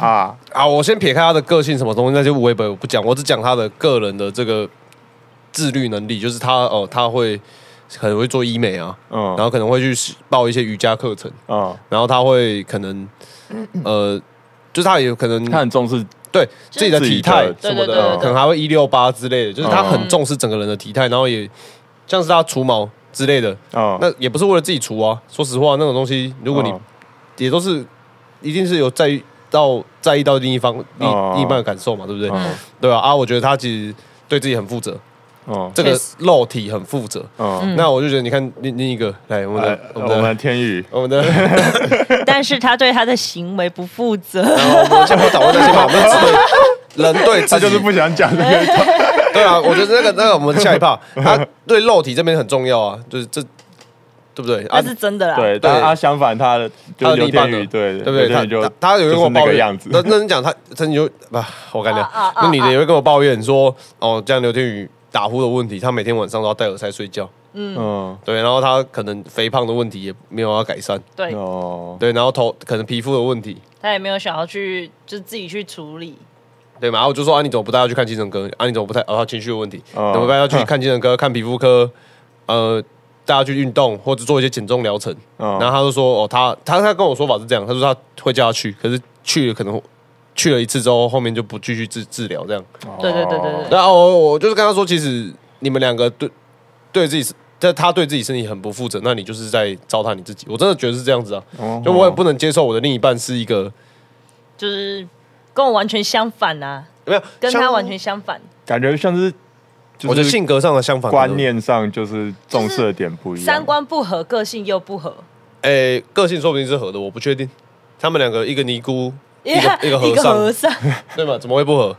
B: 啊，
A: 啊，我先撇开她的个性什么东西那些无为本我不讲，我只讲她的个人的这个自律能力，就是她哦，她会可能会做医美啊，
B: 嗯，
A: 然后可能会去报一些瑜伽课程，
B: 嗯，
A: 然后她会可能呃，就是她也有可能
B: 他很重视，
A: 对自己的
B: 自己
A: 体态
B: 的
A: 什么
C: 对对对
A: 的，
C: 对
A: 可能还会一六八之类的，就是他
B: 嗯
A: 很重视整个人的体态，然后也像是他除毛之类的，
B: 嗯，
A: 那也不是为了自己除啊。说实话，那种东西如果你
B: 嗯
A: 也都是一定是有在意到在意到另一方
B: 嗯
A: 另另一半的感受嘛，对不对？
B: 嗯
A: 对啊，啊，我觉得他其实对自己很负责，
B: 嗯
A: 这个
C: 确实
A: 肉体很负责。
B: 嗯，
A: 那我就觉得，你看另另一个，来我们
B: 来
A: 的
B: 我
A: 我们
B: 们的
A: 的
B: 天宇，
A: 我们的， 然
C: 但是他对他的行为不负责，
A: 后我们先不讨论那些嘛，我们只对 人对自
B: 他
A: 己
B: 就是不想讲这个，
A: 对啊，我觉得那个那个我们下 一趴，他对肉体这边很重要啊，就是这对不对 啊
C: 那？是真的啦。
B: 对，但他相反，他的就
A: 他的
B: 刘
A: 另一半
B: 天
A: 呢
B: 宇，对，
A: 对不
B: 刘天
A: 对？
B: 宇
A: 他
B: 就
A: 他他有
B: 就
A: 跟我
B: 是那
A: 抱
B: 个
A: 怨
B: 样子，
A: 那那你讲他，他你就啊，我干掉
C: 啊啊啊，
A: 那女的也会跟我抱怨说，哦，这样刘天宇打呼的问题，他每天晚上都要戴耳塞睡觉，
B: 嗯，
A: 对，然后他可能肥胖的问题也没有要改善，
C: 对，
B: 哦，
A: 对，然后头可能皮肤的问题，
C: 他也没有想要去，就自己去处理。
A: 对嘛？然后我就说啊，你怎么不带他去看精神科？啊，你怎么不带？哦，他情绪有问题，
B: 哦
A: 怎么带他去看精神科、看皮肤科？呃，带他去运动或者做一些减重疗程。
B: 嗯
A: 然后他就说，哦，他他他跟我说法是这样，他说他会叫他去，可是去了可能去了一次之后，后面就不继续治治疗这样。
C: 对对对对对
A: 然后我我就是跟他说，其实你们两个对对自己是。但他对自己身体很不负责，那你就是在糟蹋你自己。我真的觉得是这样子啊，
B: 哦
A: 就我也不能接受我的另一半是一个
C: 就是跟我完全相反啊，
A: 没有
C: 跟
A: 像
C: 他完全相反。
B: 感觉像是，
A: 我
B: 就
A: 觉得
B: 是
A: 性格上的相反可能
B: 观念上就是重视的点不一样，
C: 三观不合，个性又不合，
A: 诶、个性说不定是合的，我不确定。他们两个一个尼姑，一个一个和
C: 和
A: 尚，
C: 尚，
A: 对吗？怎么会不合？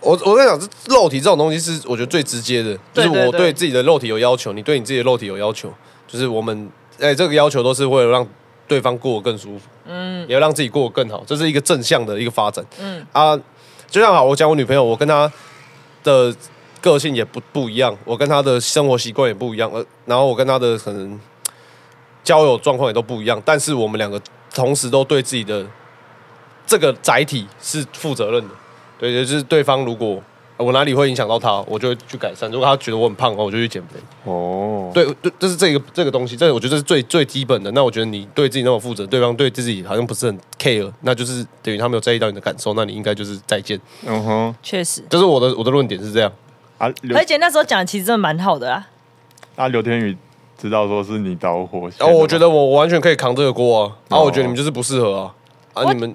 A: 我我跟你讲，这肉体这种东西是我觉得最直接的，就是
C: 对对
A: 我
C: 对
A: 对自己的肉体有要求，你对你自己的肉体有要求，就是我们诶、这个要求都是为了让对方过得更舒服，嗯，也要让自己过得更好，这是一个正向的一个发展，嗯啊，就像好，我讲我女朋友，我跟她的个性也不不一样，我跟她的生活习惯也不一样，呃，然后我跟她的可能交友状况也都不一样，但是我们两个同时都对自己的这个载体是负责任的，对，就是对方如果呃我哪里会影响到他，我就会去改善；如果他觉得我很胖，我就去减肥。
B: 哦，
A: 对，对，这是这个这个东西，这我觉得这是最最基本的。那我觉得你对自己那么负责，对方对自己好像不是很 care，那就是等于他没有在意到你的感受，那你应该就是再见。
B: 嗯哼，
C: 确实。
A: 这是我的我的论点是这样。
B: 啊刘
C: 而且那时候讲的其实真的蛮好的啦，
B: 啊刘天宇知道说是你导火线的
A: 然
B: 吗，
A: 后哦我觉得我我完全可以扛这个锅啊，然后我觉
B: 哦
A: 得你们就是不适合啊，啊
C: 我
A: 你们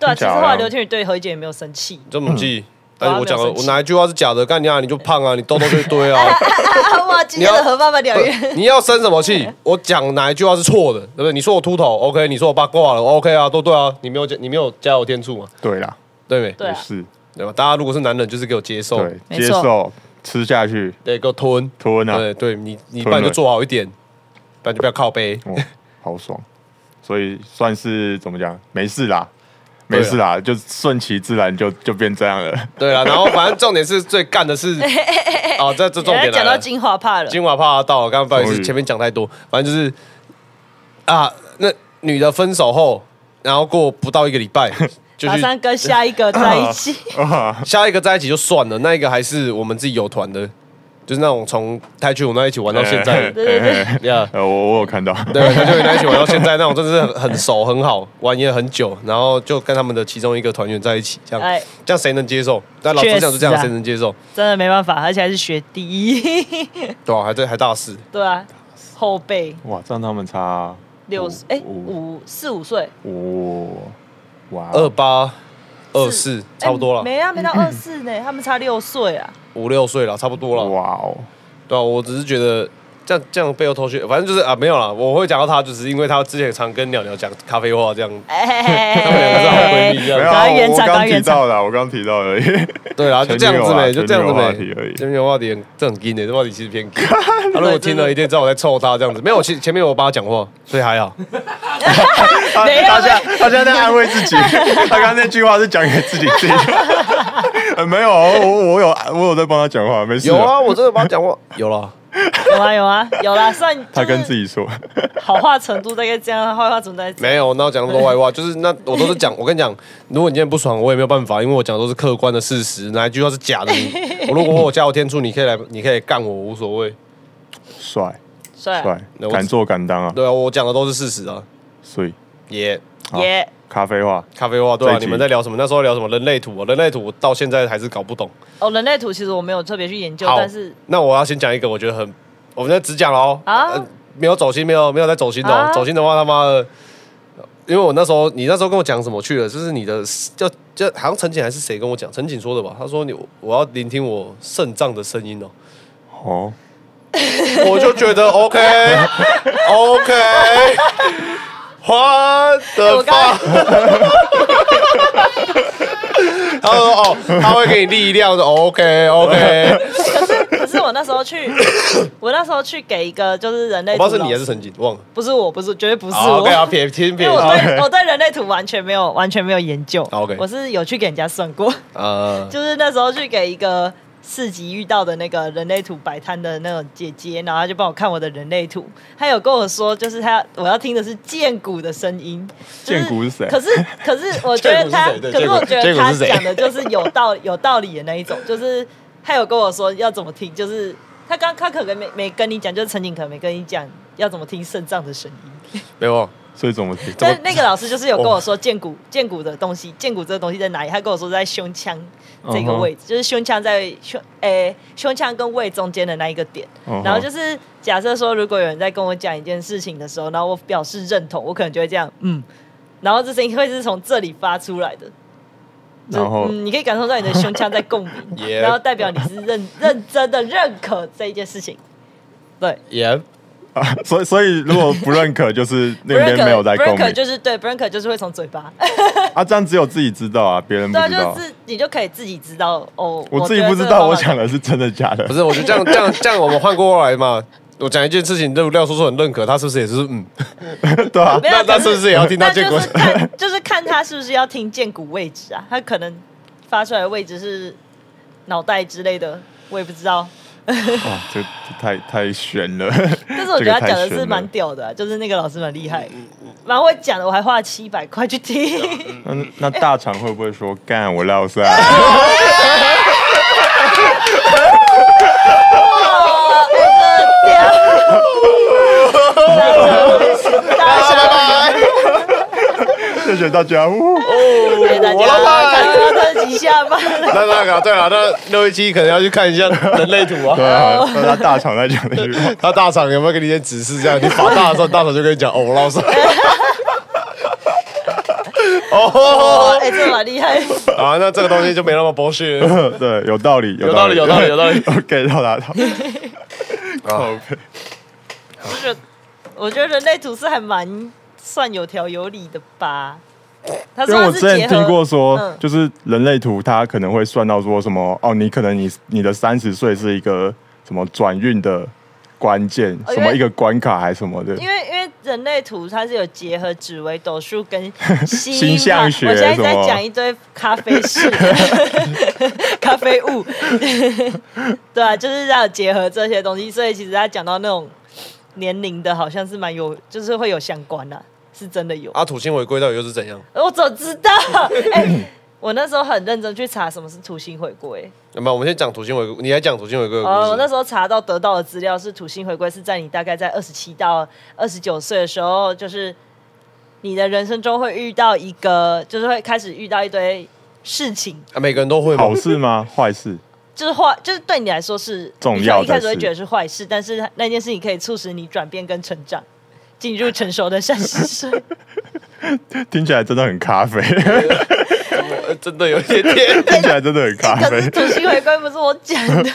C: 对啊，
B: 真
C: 其实
B: 假的啊
C: 后来刘天宇对何一姐也没有生气，
A: 这么啊记。但嗯哎是我讲
C: 我
A: 了，
C: 要没有生
A: 我
C: 气
A: 哪一句话是假的？干你啊，你就胖啊，你痘痘就一堆 啊。
C: 啊哇，今天的何爸爸两 月，
A: 呃你要生什么气？我讲哪一句话是错的，对不对？你说我秃头，OK；你说我八卦了，OK 啊，都对啊。你没有加，你没有加油添醋嘛，
B: 对啦，
A: 对没？
C: 对
B: 也
C: 啊，
B: 是
A: 对吧？大家如果是男人，就是给我接受，
B: 对，
C: 没
B: 接
C: 错
B: 受吃下去，
A: 对，给我吞，
B: 吞啊
A: 对对，你你不
B: 吞了
A: 然就做好一点，不然就不要靠背。
B: 哦，好爽，所以算是怎么讲，没事啦。
A: 啊
B: 没事啦，就顺其自然就就变这样了。
A: 对啦，然后反正重点是最干的 是，哦，这这重
C: 人
A: 点
C: 家讲
A: 来
C: 到
A: 了。
C: 精华怕了，
A: 金华怕他到了，刚刚不好意
B: 终
A: 思，
B: 于
A: 前面讲太多，反正就是 啊，那女的分手后，然后过不到一个礼拜，就
C: 马
A: 去
C: 上跟下一个在一 起，
A: 下一个在一起就算了，那一个还是我们自己有团的，就是那种从台球舞那一起玩到现 在的，
C: 对对对，
A: 呀、
B: 哎呃，我我有看到，
A: 对，台球舞那一起玩到现在那种，真的是很很熟很好，玩也很久，然后就跟他们的其中一个团员在一起，这样、
C: 哎
A: 这样谁能接受？但老实讲是这
C: 确实
A: 样，
C: 啊
A: 谁能接受？
C: 真的没办法，而且还是学第一，
A: 对啊，还在还大四，
C: 对啊，后辈
B: 哇，这样他们差
C: 六十哎
B: 五
C: 五四五岁，
B: 五，哇，哦
A: 二八二四，
C: 哦哎
A: 差不多了，
C: 没啊，没到二四呢，他们差六岁 啊，
A: 五六岁了，差不多了。
B: 哇哦，
A: 对啊，我只是觉得这样这样背后偷学，反正就是啊，没有啦，我会讲到他，就是因为他之前常跟鸟鸟讲咖啡话这样。
C: 哎，
A: 对
B: 没有
C: 赶
B: 啊，
C: 快
B: 我
C: 圆
B: 我
C: 场，赶
B: 刚
C: 快
B: 提
C: 圆场，
B: 到的，我刚提到而已。
A: 对啊，就这样子呗，就这样
B: 前女
A: 子
B: 友话题而
A: 呗
B: 已。
A: 前面有话题很这很硬的，这话题其实偏硬。他如果听了一定知道我在臭他这样子，没有，我其前面我帮他讲话，所以还好。
B: 他
C: 没有啊
B: 他现在他现在在安慰自 己，他刚刚那句话是讲给自己听。 呃没有，我我有我有在帮他讲话，没事。
A: 有啊，，我真的帮他讲话， 有了。
C: 有啊有啊有啦，算就是
B: 他跟自己说，
C: 好话程度大概这样，坏话程度大概这样
A: 没有，那我讲那么多外话，就是那我都是讲，我跟你讲，如果你今天不爽，我也没有办法，因为我讲的都是客观的事实，哪一句话是假的？你 我如果我加我天助，你可以来，你可以干我，无所谓。
B: 帅
C: 帅
B: 帅
A: 那，我
B: 敢做敢当啊，
A: 对啊，我讲的都是事实啊。
B: 所以
A: 耶、
B: 好
C: 耶，
B: 咖啡话
A: 咖啡话对啊
B: 这一，集
A: 你们在聊什么？那时候聊什么人类图、啊？人类图我到现在还是搞不懂。
C: 哦，人类图其实我没有特别去研究，
A: 好
C: 但是，
A: 那我要先讲一个，我觉得很，我们在只讲了哦，
C: 啊
A: 呃没有走心，没有没有在走心的、哦，
C: 啊
A: 走心的话他妈的，因为我那时候你那时候跟我讲什么去了，就是你的就就好像陈景还是谁跟我讲，陈景说的吧？他说你我要聆听我肾脏的声音 哦，
B: 哦，
A: 我就觉得 OK OK，花
C: 哎
A: 的
C: 我刚
A: 发。 他说：“哦，他会给你力量。”说：“OK OK。
C: 可是可是我那时 候去，我那时候去给一个就是人”类
A: 我
C: 图
A: 不知道
C: 老师，
A: 是你还是陈景，忘了。
C: 不是我，不是绝对不 是
A: 好
C: 我。
A: ，OK 啊，撇听
C: 因
A: 撇
C: 为。我对
B: OK
C: 我对人类图完全没有完全没有研究
A: 好，OK 啊
C: 我是有去给人家算过，
A: 呃，
C: 就是那时候去给一个市集遇到的那个人类图摆摊的那种姐姐，然后她就帮我看我的人类图，她有跟我说，就是她我要听的是剑骨的声音， 就是
B: 剑骨是谁啊
C: 可是可是我觉得她，
A: 剑骨是谁对
C: 可是我
A: 剑
C: 觉得
A: 骨剑
C: 她
A: 骨是谁
C: 讲的就是有道 有道理的那一种，就是她有跟我说要怎么听，就是她刚她可能没没跟你讲，就是陈景可能没跟你讲要怎么听肾脏的声音。
A: 没有，
B: 所以怎么哦听？
C: 但那个老师就是有跟我说剑骨剑骨的东西，剑骨这个东西在哪里？他跟我说在胸腔
B: 嗯
C: 这个位置，就是胸腔在胸诶、胸腔跟胃中间的那一个点。
B: 嗯哼
C: 然后就是假设说，如果有人在跟我讲一件事情的时候，然后我表示认同，我可能就会这样嗯，然后这声音会是从这里发出来的。就是
B: 然后
C: 嗯，你可以感受到你的胸腔在共 鸣
A: Yeah
C: 然后代表你是认 认真的认可这一件事情。对，
A: 也
B: 啊，所以所以如果不认可，就是那边
C: Brinker-
B: 没有在共
C: Brinker
B: 鸣
C: 就是对 Brinker 就是会从嘴巴，
B: 啊，这样只有自己知道啊，别人不
C: 对啊，
B: 知
C: 就
B: 道。
C: 是你就可以自己知道哦。
B: 我自己
C: 觉得
B: 不知
C: 这个
B: 道，
C: 方
B: 我
C: 法
B: 讲的是真的假的
A: 不？是，我觉得这样这 样这样，我们换过来嘛。我讲一件事情，廖廖叔叔很认可，他是不是也是哎嗯？
B: 对啊
C: 没，有
A: 那那
C: 可
A: 是不是也要听他
C: 那
A: 建国
C: 就是？看，就是看他是不是要听剑骨位置啊？他可能发出来的位置是脑袋之类的，我也不知道。
B: 哇，哦这这太太悬了。
C: 但是我觉得他讲的是蛮屌的啊、就是那个老师蛮厉害，蛮会讲的。我还花了七百块去听，
B: 那那
A: 哎
B: 大厂会不会说干我啊绕赛？
C: 大家想
B: 谢谢大家。呜
A: 哦
C: 给大
A: 我老板
C: 家看到这集 下班了。
A: 那那个对了，啊那六一七可能要去看一下人类图啊。
B: 对啊，那他大厂在讲那句 话，
A: 他大厂有没有给你一些指示？这样你法大的时候，大厂就跟你讲哦，我老师。
C: 哦
A: 哦，，
C: 哎、这蛮厉害。
A: 啊，那这个东西就没那么剥削，
B: 对，有道理，
A: 有道理，有道理，有道理。 哦
B: OK，到 达他。靠 背
C: 我觉得，我觉得人类图是还蛮算有条有理的吧。他
B: 因
C: 说
B: 为
C: 他
B: 我
C: 是
B: 之
C: 结
B: 前
C: 合
B: 听过说
C: 嗯，
B: 就是人类图，它可能会算到说什么哦，你可能你你的三十岁是一个什么转运的关键，
C: 哦因为
B: 什么一个关卡还是什么的。
C: 因为因为人类图它是有结合紫微斗数跟 星
B: 星象学
C: 嘛我现在一直
B: 什么
C: 在讲一堆咖啡 事，咖啡物， 对啊，就是要结合这些东西，所以其实他讲到那种年龄的，好像是蛮有，就是会有相关的、是真的有。
A: 啊，土星回归到底又是怎样？
C: 我总知道，哎、我那时候很认真去查什么是土星回归。
A: 那么我们先讲土星回归，你来讲土星回归的故事。
C: 呃，我那时候查到得到的资料是土星回归是在你大概在二十七到二十九岁的时候，就是你的人生中会遇到一个，就是会开始遇到一堆事情，
A: 啊，每个人都会嘛
B: 好事吗？坏事？
C: 就是坏，就是对你来说是
B: 重要的
C: 你可能一开始会
B: 事
C: 觉得是坏事，但是那件事情可以促使你转变跟成长，进入成熟的三十岁。
B: 听起来真的很咖啡，
A: 呃真的有一点点。
B: 听起来真的很咖
C: 可
B: 啡
C: 是。土星回归不是我讲 的，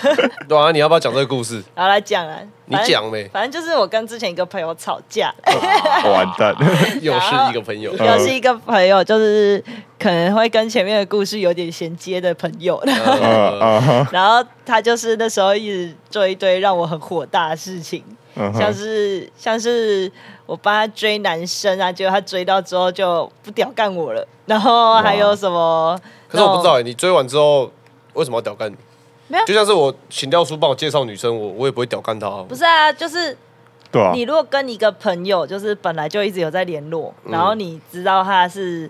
A: 对啊，你要不要讲这个故事？
C: 好来讲啊，
A: 你
C: 反正
A: 讲 呗，
C: 反正就是我跟之前一个朋友吵架，
A: 哦
B: 完 蛋，
A: 又是一个朋友。
B: 嗯
C: 啊又是一个朋友，就是可能会跟前面的故事有点衔接的朋友，
B: 嗯
A: 呃，
B: 嗯哼
C: 然后他就是那时候一直做一堆让我很火大的事情，
B: 嗯
C: 像
B: 哼，
C: 是像是我帮他追男生啊，结果他追到之后就不屌干我了，然后还有什么？
A: 可是我不知道
C: 那种，
A: 欸，你追完之后为什么要屌干你？
C: 没有
A: 就像是我请教书帮我介绍女生，我我也不会屌干她啊。
C: 不是啊，就是
B: 对啊
C: 你，如果跟一个朋友，就是本来就一直有在联络，
A: 嗯
C: 然后你知道他是，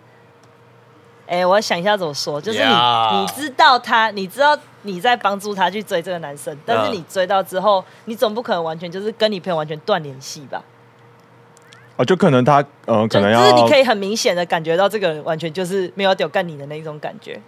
C: 哎、我想一下怎么说，就是你
A: Yeah
C: 你知道他，你知道你在帮助他去追这个男生，但是你追到之后，你总不可能完全就是跟你朋友完全断联系吧？
B: 哦，就可能他，嗯，可能
C: 就就是
B: 要
C: 你可，以很明显的感觉到这个人完全就是没有屌干你的那一种感觉。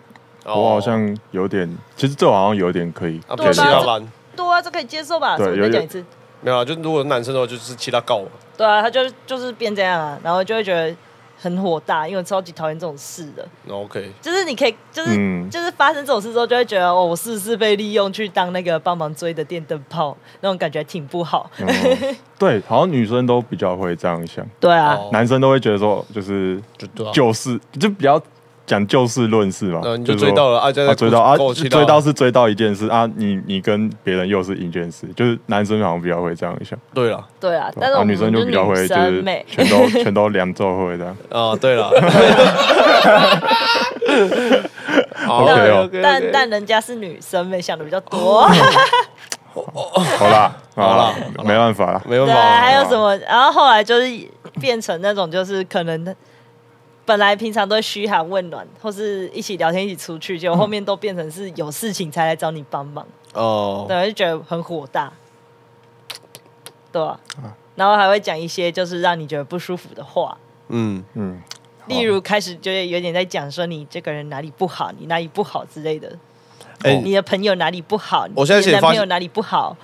B: 我好
A: 哦
B: 像有点，其实这我好像有点可以
A: 啊，不
C: 对
A: 是
B: 接
A: 七
B: 受
C: 吧
A: 大
C: 这
A: 班，
C: 对啊，这可以接受吧？
B: 对
C: 所以
B: 有
C: 再讲
B: 点
C: 一次。
A: 没有啊，就如果是男生的话，就是七大告嘛。
C: 对啊，他就是就是变这样啊，然后就会觉得很火大，因为我超级讨厌这种事的。
A: 那哦 OK，
C: 就是你可以，就是、
B: 嗯
C: 就是发生这种事之后，就会觉得哦，我是不是被利用去当那个帮忙追的电灯泡？那种感觉挺不好。
B: 嗯对，好像女生都比较会这样想，
C: 对啊，
A: 哦
B: 男生都会觉得说，就是
A: 就对啊
B: 就事就比较讲就事论事嘛，
A: 呃，你就
B: 说
A: 追到了啊，再
B: 啊，追到啊，追到
A: 到
B: 是追到一件事啊，你你跟别人又是一件事，就是男生好像比较会这样想，
A: 对了
C: 对啊，
B: 然
C: 但是我
B: 后哦
C: 们
B: 女生就比较会
C: 女
B: 就
C: 生
B: 是
C: 美，
B: 全 都全都两周会这样，
A: 啊，对了。好
B: OK 哦
A: OK，OK，OK
C: 但但人家是女生美，想的比较 多。
B: 好啦
A: 好啦
B: 啊没办法啦，
A: 没办
C: 对
A: 法
C: 啊，还
A: 啊，
C: 有什么？然后后来就是变成那种，就是可能本来平常都会嘘寒问暖，或是一起聊天、一起出去，结果后面都变成是有事情才来找你帮忙。
A: 哦，
C: 对，就觉得很火大，对啊，然后还会讲一些就是让你觉得不舒服的话，
A: 嗯，
B: 嗯，好
C: 例如开始就是有点在讲说你这个人哪里不好，你哪里不好之类的，哦
A: 哎
C: 你的朋友哪里不好，
A: 我现在其实
C: 你的男
A: 发
C: 朋友
A: 现
C: 哪里不好，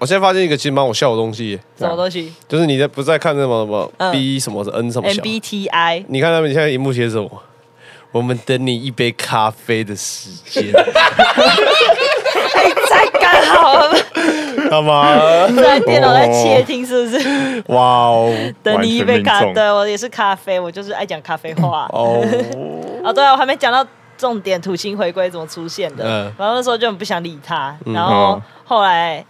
A: 我现在发现一个其实蛮好笑的东西耶，
C: 什么东西
A: 就是你在不是在看什么什么
C: 嗯
A: B 什么的 N 什么小，
C: MBTI，
A: 你看他们现在荧幕写什么？我们等你一杯咖啡的时间，
C: 哎，才刚好，
A: 他 妈，
C: 在电脑在
B: 哦
C: 窃听是不是？
A: 哇哦，
C: 等你一杯
B: 完全
C: 咖，
B: 命中
C: 对我也是咖啡，我就是爱讲咖啡话。
A: 哦，
C: 哦，对啊，我还没讲到重点，土星回归怎么出现的。
A: 嗯
C: 然后那时候就很不想理他，
A: 嗯
C: 然后后来，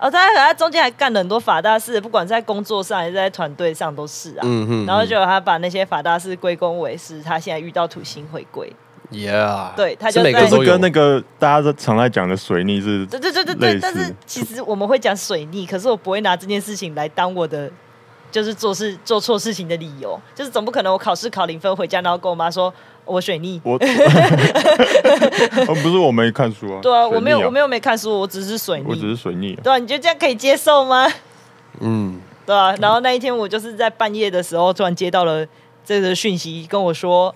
C: 哦，他他中间还干了很多法大事，不管是在工作上还是在团队上都是啊。
A: 嗯哼，
C: 然后就他把那些法大事归功为是他现在遇到土星回归，
A: ，Yeah，
C: 对他
A: 是
C: 就
A: 每个
C: 在
B: 这
A: 都
B: 是
A: 有
B: 跟那个大家常在讲的水逆是
C: 对对对对
B: 类
C: 对。
B: 似
C: 但是其实我们会讲水逆，可是我不会拿这件事情来当我的。就是做事做错事情的理由，就是总不可能我考试考零分回家，然后跟我妈说我水逆，
B: 我， 哦不是我没看书啊，
C: 对啊，我没有我没
B: 有，
C: 有没看书，我只是水逆，
B: 我只是水逆啊，
C: 对啊，你就这样可以接受吗？
A: 嗯，
C: 对啊，然后那一天我就是在半夜的时候，突然接到了这个讯息，跟我说，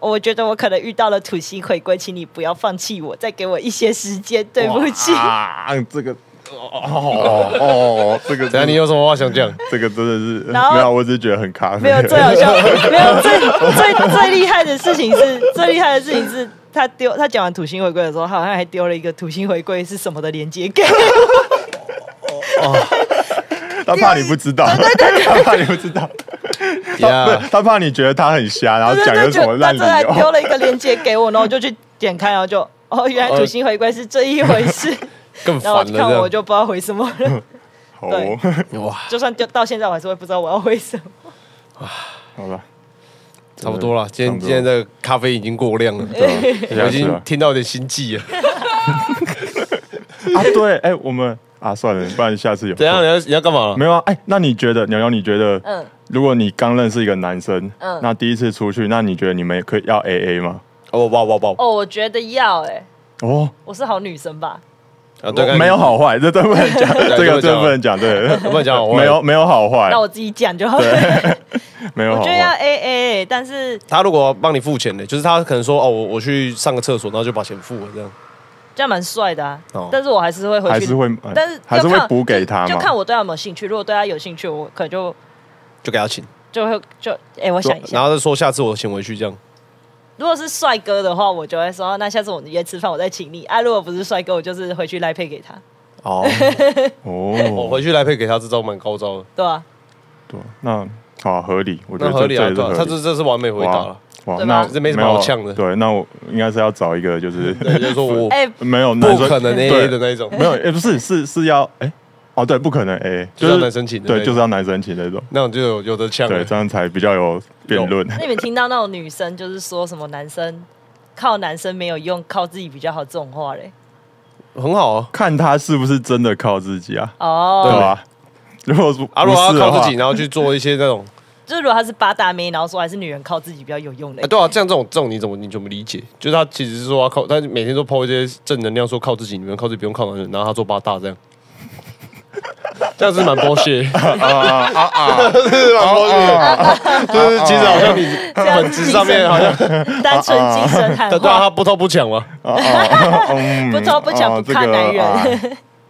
C: 我觉得我可能遇到了土星回归，请你不要放弃我，再给我一些时间，对不起。
B: 啊，这个哦哦哦，这个
A: 等下哎你有什么话想 讲？
B: 这个真的是
C: 然后
B: 没有，我只是觉得很咖啡，
C: 没有最好笑，没有最最最厉害的事情是，最厉害的事情是他丢他讲完土星回归的时候，他好像还丢了一个土星回归是什么的连接给我。
B: 他怕你不知道，他怕你不知 道，不
A: Yeah，
B: 是他怕你觉得他很瞎，然后
C: 对
B: 讲
C: 对
B: 个什
C: 对，
B: 么
C: 就他
B: 烂理
C: 真的还丢
B: 由。
C: 了一个链接给我，然后我就去点开，然后就哦，原来土星回归是这一回 事。
A: 更
C: 然后
A: 烦了
C: 我就
A: 这
C: 看
A: 样
C: 我就不知道回什么了，
B: 好
C: 对
B: 哦，
A: 哇，
C: 就算丢到现在我还是会不知道我要回什么。
B: 好了，
A: 差不多了，今
B: 差
A: 天
B: 不多
A: 今天的咖啡已经过量了，
B: 对啊
A: 我已
B: 是啊是
A: 经
B: 啊
A: 听到有点心悸了。
B: 啊，对，哎，我们啊，算了，不然下次有空。
E: 怎样？你要你要干嘛？
B: 没有啊，哎、那你觉得鸟鸟？你觉得，
C: 嗯
B: 如果你刚认识一个男生，
C: 嗯
B: 那第一次出去，那你觉得你们可以要 A A 吗？
A: 哦，哇哇哇！
C: 哦，我觉得要哎、
B: 哦，
C: 我是好女生吧？
A: 啊，对，
B: 没有，好坏，这都不能 讲，这个真的不能讲，对，
A: 不能讲，
B: 没有没有好坏
C: 那，我自己讲就好了。
B: 没有
C: 我
B: 好
C: 觉得要
B: 坏，
C: A A，、但是
A: 他如果帮你付钱的，就是他可能说哦，我我去上个厕所，然后就把钱付了这样。
C: 这样蛮帅的啊、
A: 哦
C: 但是我还是会回去，
B: 还是会，呃
C: 但是
B: 还是
C: 要
B: 会
C: 看
B: 补给他
C: 就
B: 嘛。
C: 看我对他有没有兴趣。如果对他有兴趣，我可能就
A: 就给他请，
C: 就会就哎、我想一
A: 然
C: 下，
A: 后再说下次我请回去这样。
C: 如果是帅哥的话，我就会说哦那下次我们约吃饭，我再请你。啊，如果不是帅哥，我就是回去赖配给他，
A: 哦， 我
B: 哦，
A: 回去来配给他，这招蛮高招的，
C: 对吧、
B: 对，那好合理，我觉
A: 那
B: 得
A: 合
B: 这
A: 理啊，
B: 这也是
A: 对啊，他
B: 合理
A: 这。这是完美回答了。
B: 哇，
C: 对
B: 那
C: 吧
A: 这没什么
B: 有
A: 好呛的
B: 对，那我应该是要找一个 就是
A: 对，就是说我
C: 哎、
B: 没有男
A: 不
B: 生
A: 可能 A A 的那一种，
B: 没有，也不是是是要哎，哦对，不可能 A，
A: 就是要男生请的那
B: 对，
A: 种
B: 就是要男生请那种。
A: 那种就有有的呛
B: 对，
A: 了
B: 这。样才比较有辩论。
C: 那你们听到那种女生就是说什么男生靠男生没有用，靠自己比较好这种话嘞？
A: 很好啊。
B: 看他是不是真的靠自己啊，对
C: 哦，
B: 吧？如果是
A: 啊，如果
B: 不是
A: 要
B: 的
A: 靠自己，
B: 话，
A: 然后去做一些那 种，
C: 就是如果他是八大妹，然后说还是女人靠自己比较有用的、
A: 哎，对啊，这样这种这种你怎么你怎么理解？就是他其实是说他靠，他每天都抛一些正能量，说靠自己，你们靠自己不用靠男人，然后他做八大这样，这样是蛮 bullshit，是啊 蛮 bullshit，就是啊其实好像你
C: 这样
A: 本质上面好像
C: 单纯精神喊
A: 对啊，
C: 话，
A: 他不偷不抢嘛，
B: 哦哦嗯
C: 不偷不抢
B: 哦
C: 不看
B: 这个
C: 男人
B: 啊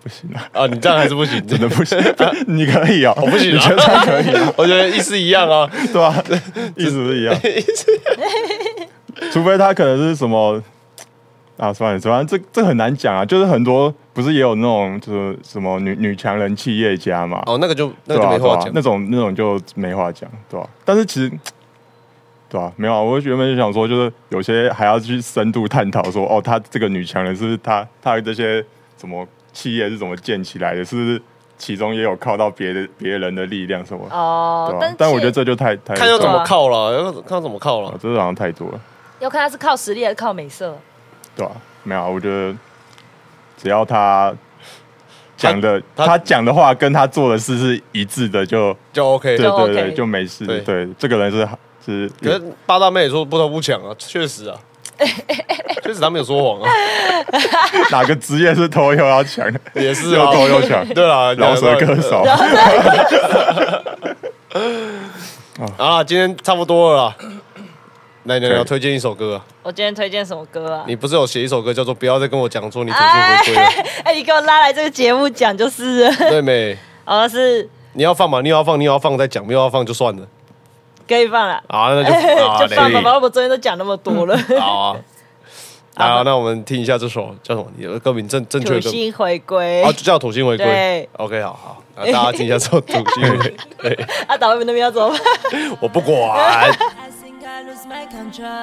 B: 不行啊，
A: 啊，你这样还是不行，真
B: 真的不行，你可以啊，我
A: 不行
B: 你
A: 啊
B: 觉得他可以啊，
A: 我觉得意思一样啊，
B: 对吧？意思是一样，除非他可能是什么。啊，算了，算了，这这很难讲啊。就是很多不是也有那种，就是什么女女强人企业家嘛，
A: 哦，那个就
B: 对
A: 那个就
B: 啊
A: 没
B: 对
A: 话
B: 啊
A: 讲
B: 那，种那种就没话讲，对吧、啊但是其实，对吧、没有、啊，我原本就想说，就是有些还要去深度探讨说，哦，她这个女强人是不是她她的这些什么企业是怎么建起来的，是不是其中也有靠到别的别人的力量什么？
C: 哦
B: 对、吧、
C: 但
B: 但我觉得
C: 这
B: 这就太太
A: 看要怎
C: 对
A: 么
C: 啊
A: 靠了，要看要怎么靠
B: 啊
A: 了，
B: 这好像太多了，
C: 要看他是靠实力还是靠美色。
B: 对吧、没有啊、我觉得只要她讲的
A: 她
B: 她讲的话跟她做的事是一致的就，
A: 就 OK
B: 对。对对
C: OK
B: 就没事。
A: 对
B: 对，这个人是是
A: 可是八大妹也说不偷不抢啊，确实啊，确实他们有说谎啊，
B: 哪个职业是偷又要抢的？
A: 也是
B: 又
A: 啊，
B: 偷又抢，
A: 对啦，
B: 饶舌歌手。
A: 啊，今天差不多了啦。来，你要推荐一首歌啊？
C: 我今天推荐什么歌啊？
A: 你不是有写一首歌叫做“不要再跟我讲说你土性回归了
C: 哎、你给我拉来这个节目讲就是了，”？
A: 对没？
C: 好像哦是
A: 你要放嘛？你要放，你要放再讲，没有要放就算了。
C: 可以放了，
A: 啊，那就啊
C: 就放吧，
A: 嘞
C: 反正我昨天都讲那么多了。
A: 好啊。好，那我们听一下这首叫什么？你的歌名正正确
C: 土
A: 的歌名
C: 星回归
A: 啊，就叫《土星回归》。
C: 对
A: ，OK，好好，那大家听一下这首《土星回 归》。对，
C: 啊，导演们那边要怎么办？
A: 我不管。
F: I think I lose my control.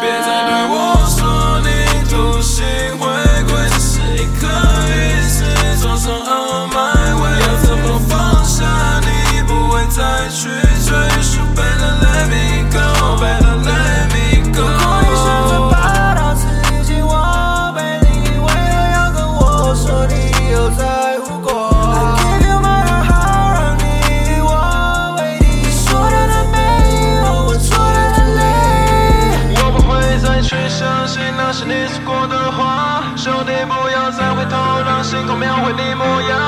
G: 别再对我说你独行回归，只是一个意思。装上 on my way，要怎么放下你？不会再去追寻，Better let me go，Better let me go。如果你选择霸道刺激我，被你以为要跟我说你有在乎过。I give you my heart，让你以我为你。你说的太美，我做的太累。我不会再去相信那些你说过的话，兄弟，不要再回头，让星空描绘你模样。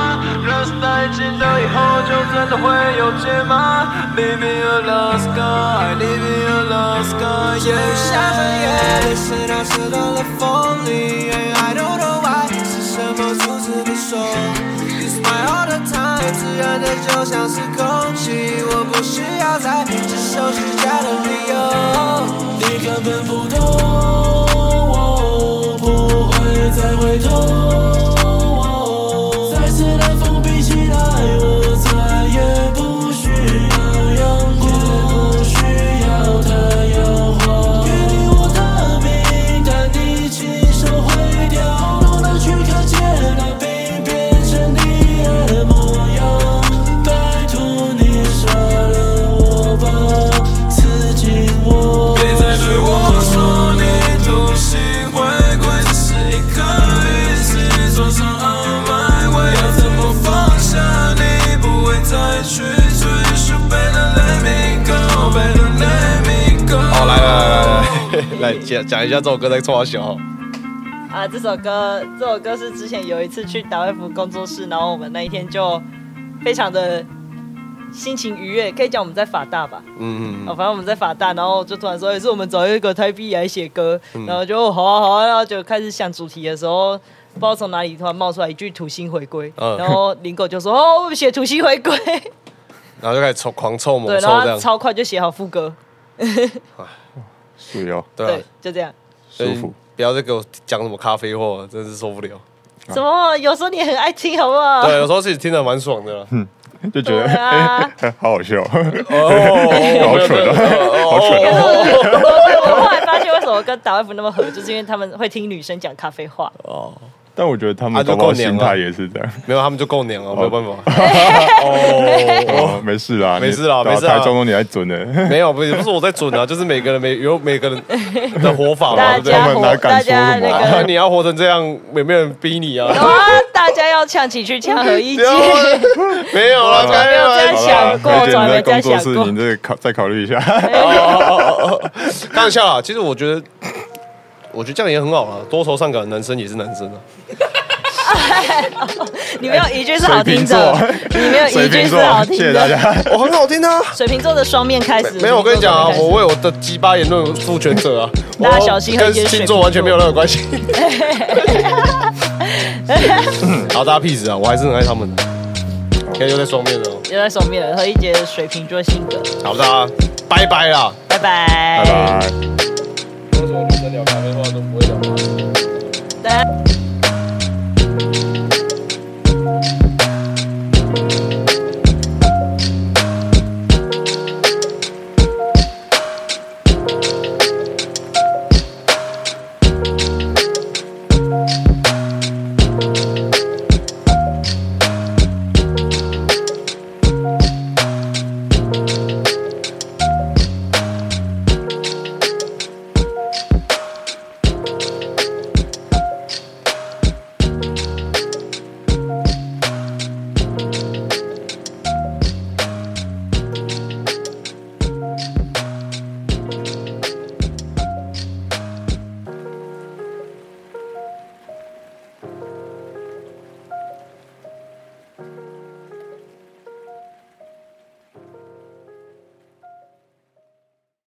G: 人是在一起的以后，就真的会有解吗？Leave me a love sky, leave me a love sky。夜下着夜，你是那时的冷风里，and I don't know why，是什么阻止你说？You smile all the time，自然的就像是空气，我不需要再去收虚假的理由。你根本不懂，我不会再回头。再次的风比起来，我再也不需要阳光，不需要太阳光。给你我的命，但你亲手毁掉。不能去看见那冰变成你的模样，拜托你杀了我吧，刺激我。别再对我说你独行回归，只是一个意思。装上 on my way，要
A: 来讲讲一下这首歌在冲啥小，
C: 啊，这首歌，这首歌是之前有一次去达威福工作室，然后我们那一天就非常的心情愉悦，可以讲我们在法大吧，
A: 嗯嗯
C: 哦，反正我们在法大，然后就突然说，也、是我们找一个 t y p 来写歌，
A: 嗯
C: 然后就哦好啊好啊，然后就开始想主题的时候。不知道从哪里突然冒出来一句“土星回归”，
A: 嗯
C: 然后林狗就说：“哦，我写土星回归。
A: 然后就开始臭狂臭”猛
C: 对，
A: 臭
C: 然
A: 这
C: 后
A: 样，
C: 超快就写好副歌，
B: 是哦，
A: 对啊
C: 对，，就这样。
A: 所以
B: 舒服
A: 不要再给我讲什么咖啡话，真是受不了。
C: 怎么？有时候你也很爱听，好不好？
A: 对，有时候自己听着蛮爽的啦。
B: 就觉得
C: 对啊
B: 好好笑，
A: 哦哦，
B: 好蠢啊，好蠢啊！
C: 我后来发现为什么跟达外夫那么合，就是因为他们会听女生讲咖啡话。
B: 但我觉得他
A: 啊
B: 们
A: 就
B: 搞
A: 够
B: 不好
A: 娘
B: 心
A: 了
B: 态也是这样。
A: 没有，他们就够娘了，没有办法。
B: 哦，没事啦，
A: 没
B: 你
A: 事啦
B: 对啊
A: 没事啦
B: 台中都你还准呢，
A: 没有，不是不是我在准啊，就是每个人每有每个人的活法嘛，
C: 大
A: 对不对？
C: 家
B: 他们
C: 活
B: 哪，敢
C: 大
B: 说
C: 家
B: 什么
C: 那
B: 啊
A: 啊，
C: 个，
A: 你要活成这样，有没有人逼你啊？
C: 哇！大家要呛起去呛合一
A: 没有
C: 见。
A: 啊没有啊，
C: 从来没有这样
B: 好
C: 想
B: 啦
C: 过
B: 梅姐
C: 从来
B: 你在
C: 没这
B: 工
C: 样
B: 作
C: 想
B: 室，
C: 过
B: 你这个考再考虑一下。
A: 哦开玩笑啦，其实我觉得，我觉得这样也很好啊，多愁善感的男生也是男生啊。
C: 你没有一句是好听的，
B: 水
C: 你没有 一
B: 水
C: 句
B: 瓶
C: 是
B: 座
C: 好，
B: 谢
C: 听
B: 谢大
C: 的。
B: 家。
A: 我很好听啊，
C: 水瓶座的双面开始。
A: 没有，我跟你讲啊，
C: 水瓶
A: 我
C: 座
A: 为我的鸡巴言论负全责啊，
C: 大家小心
A: 我
C: 和
A: 跟
C: 一些水
A: 星座完全没有任何关 系。好，大家屁事啊，我还是很爱他们的，现在又在双面了哦。
C: 的开始又在双面了，何一杰的水瓶座性格。
A: 好，大家拜拜啦。
C: 拜
B: 拜
C: 拜。
B: 拜。
D: 为什么女生聊咖啡话都不会聊吗？
C: 大家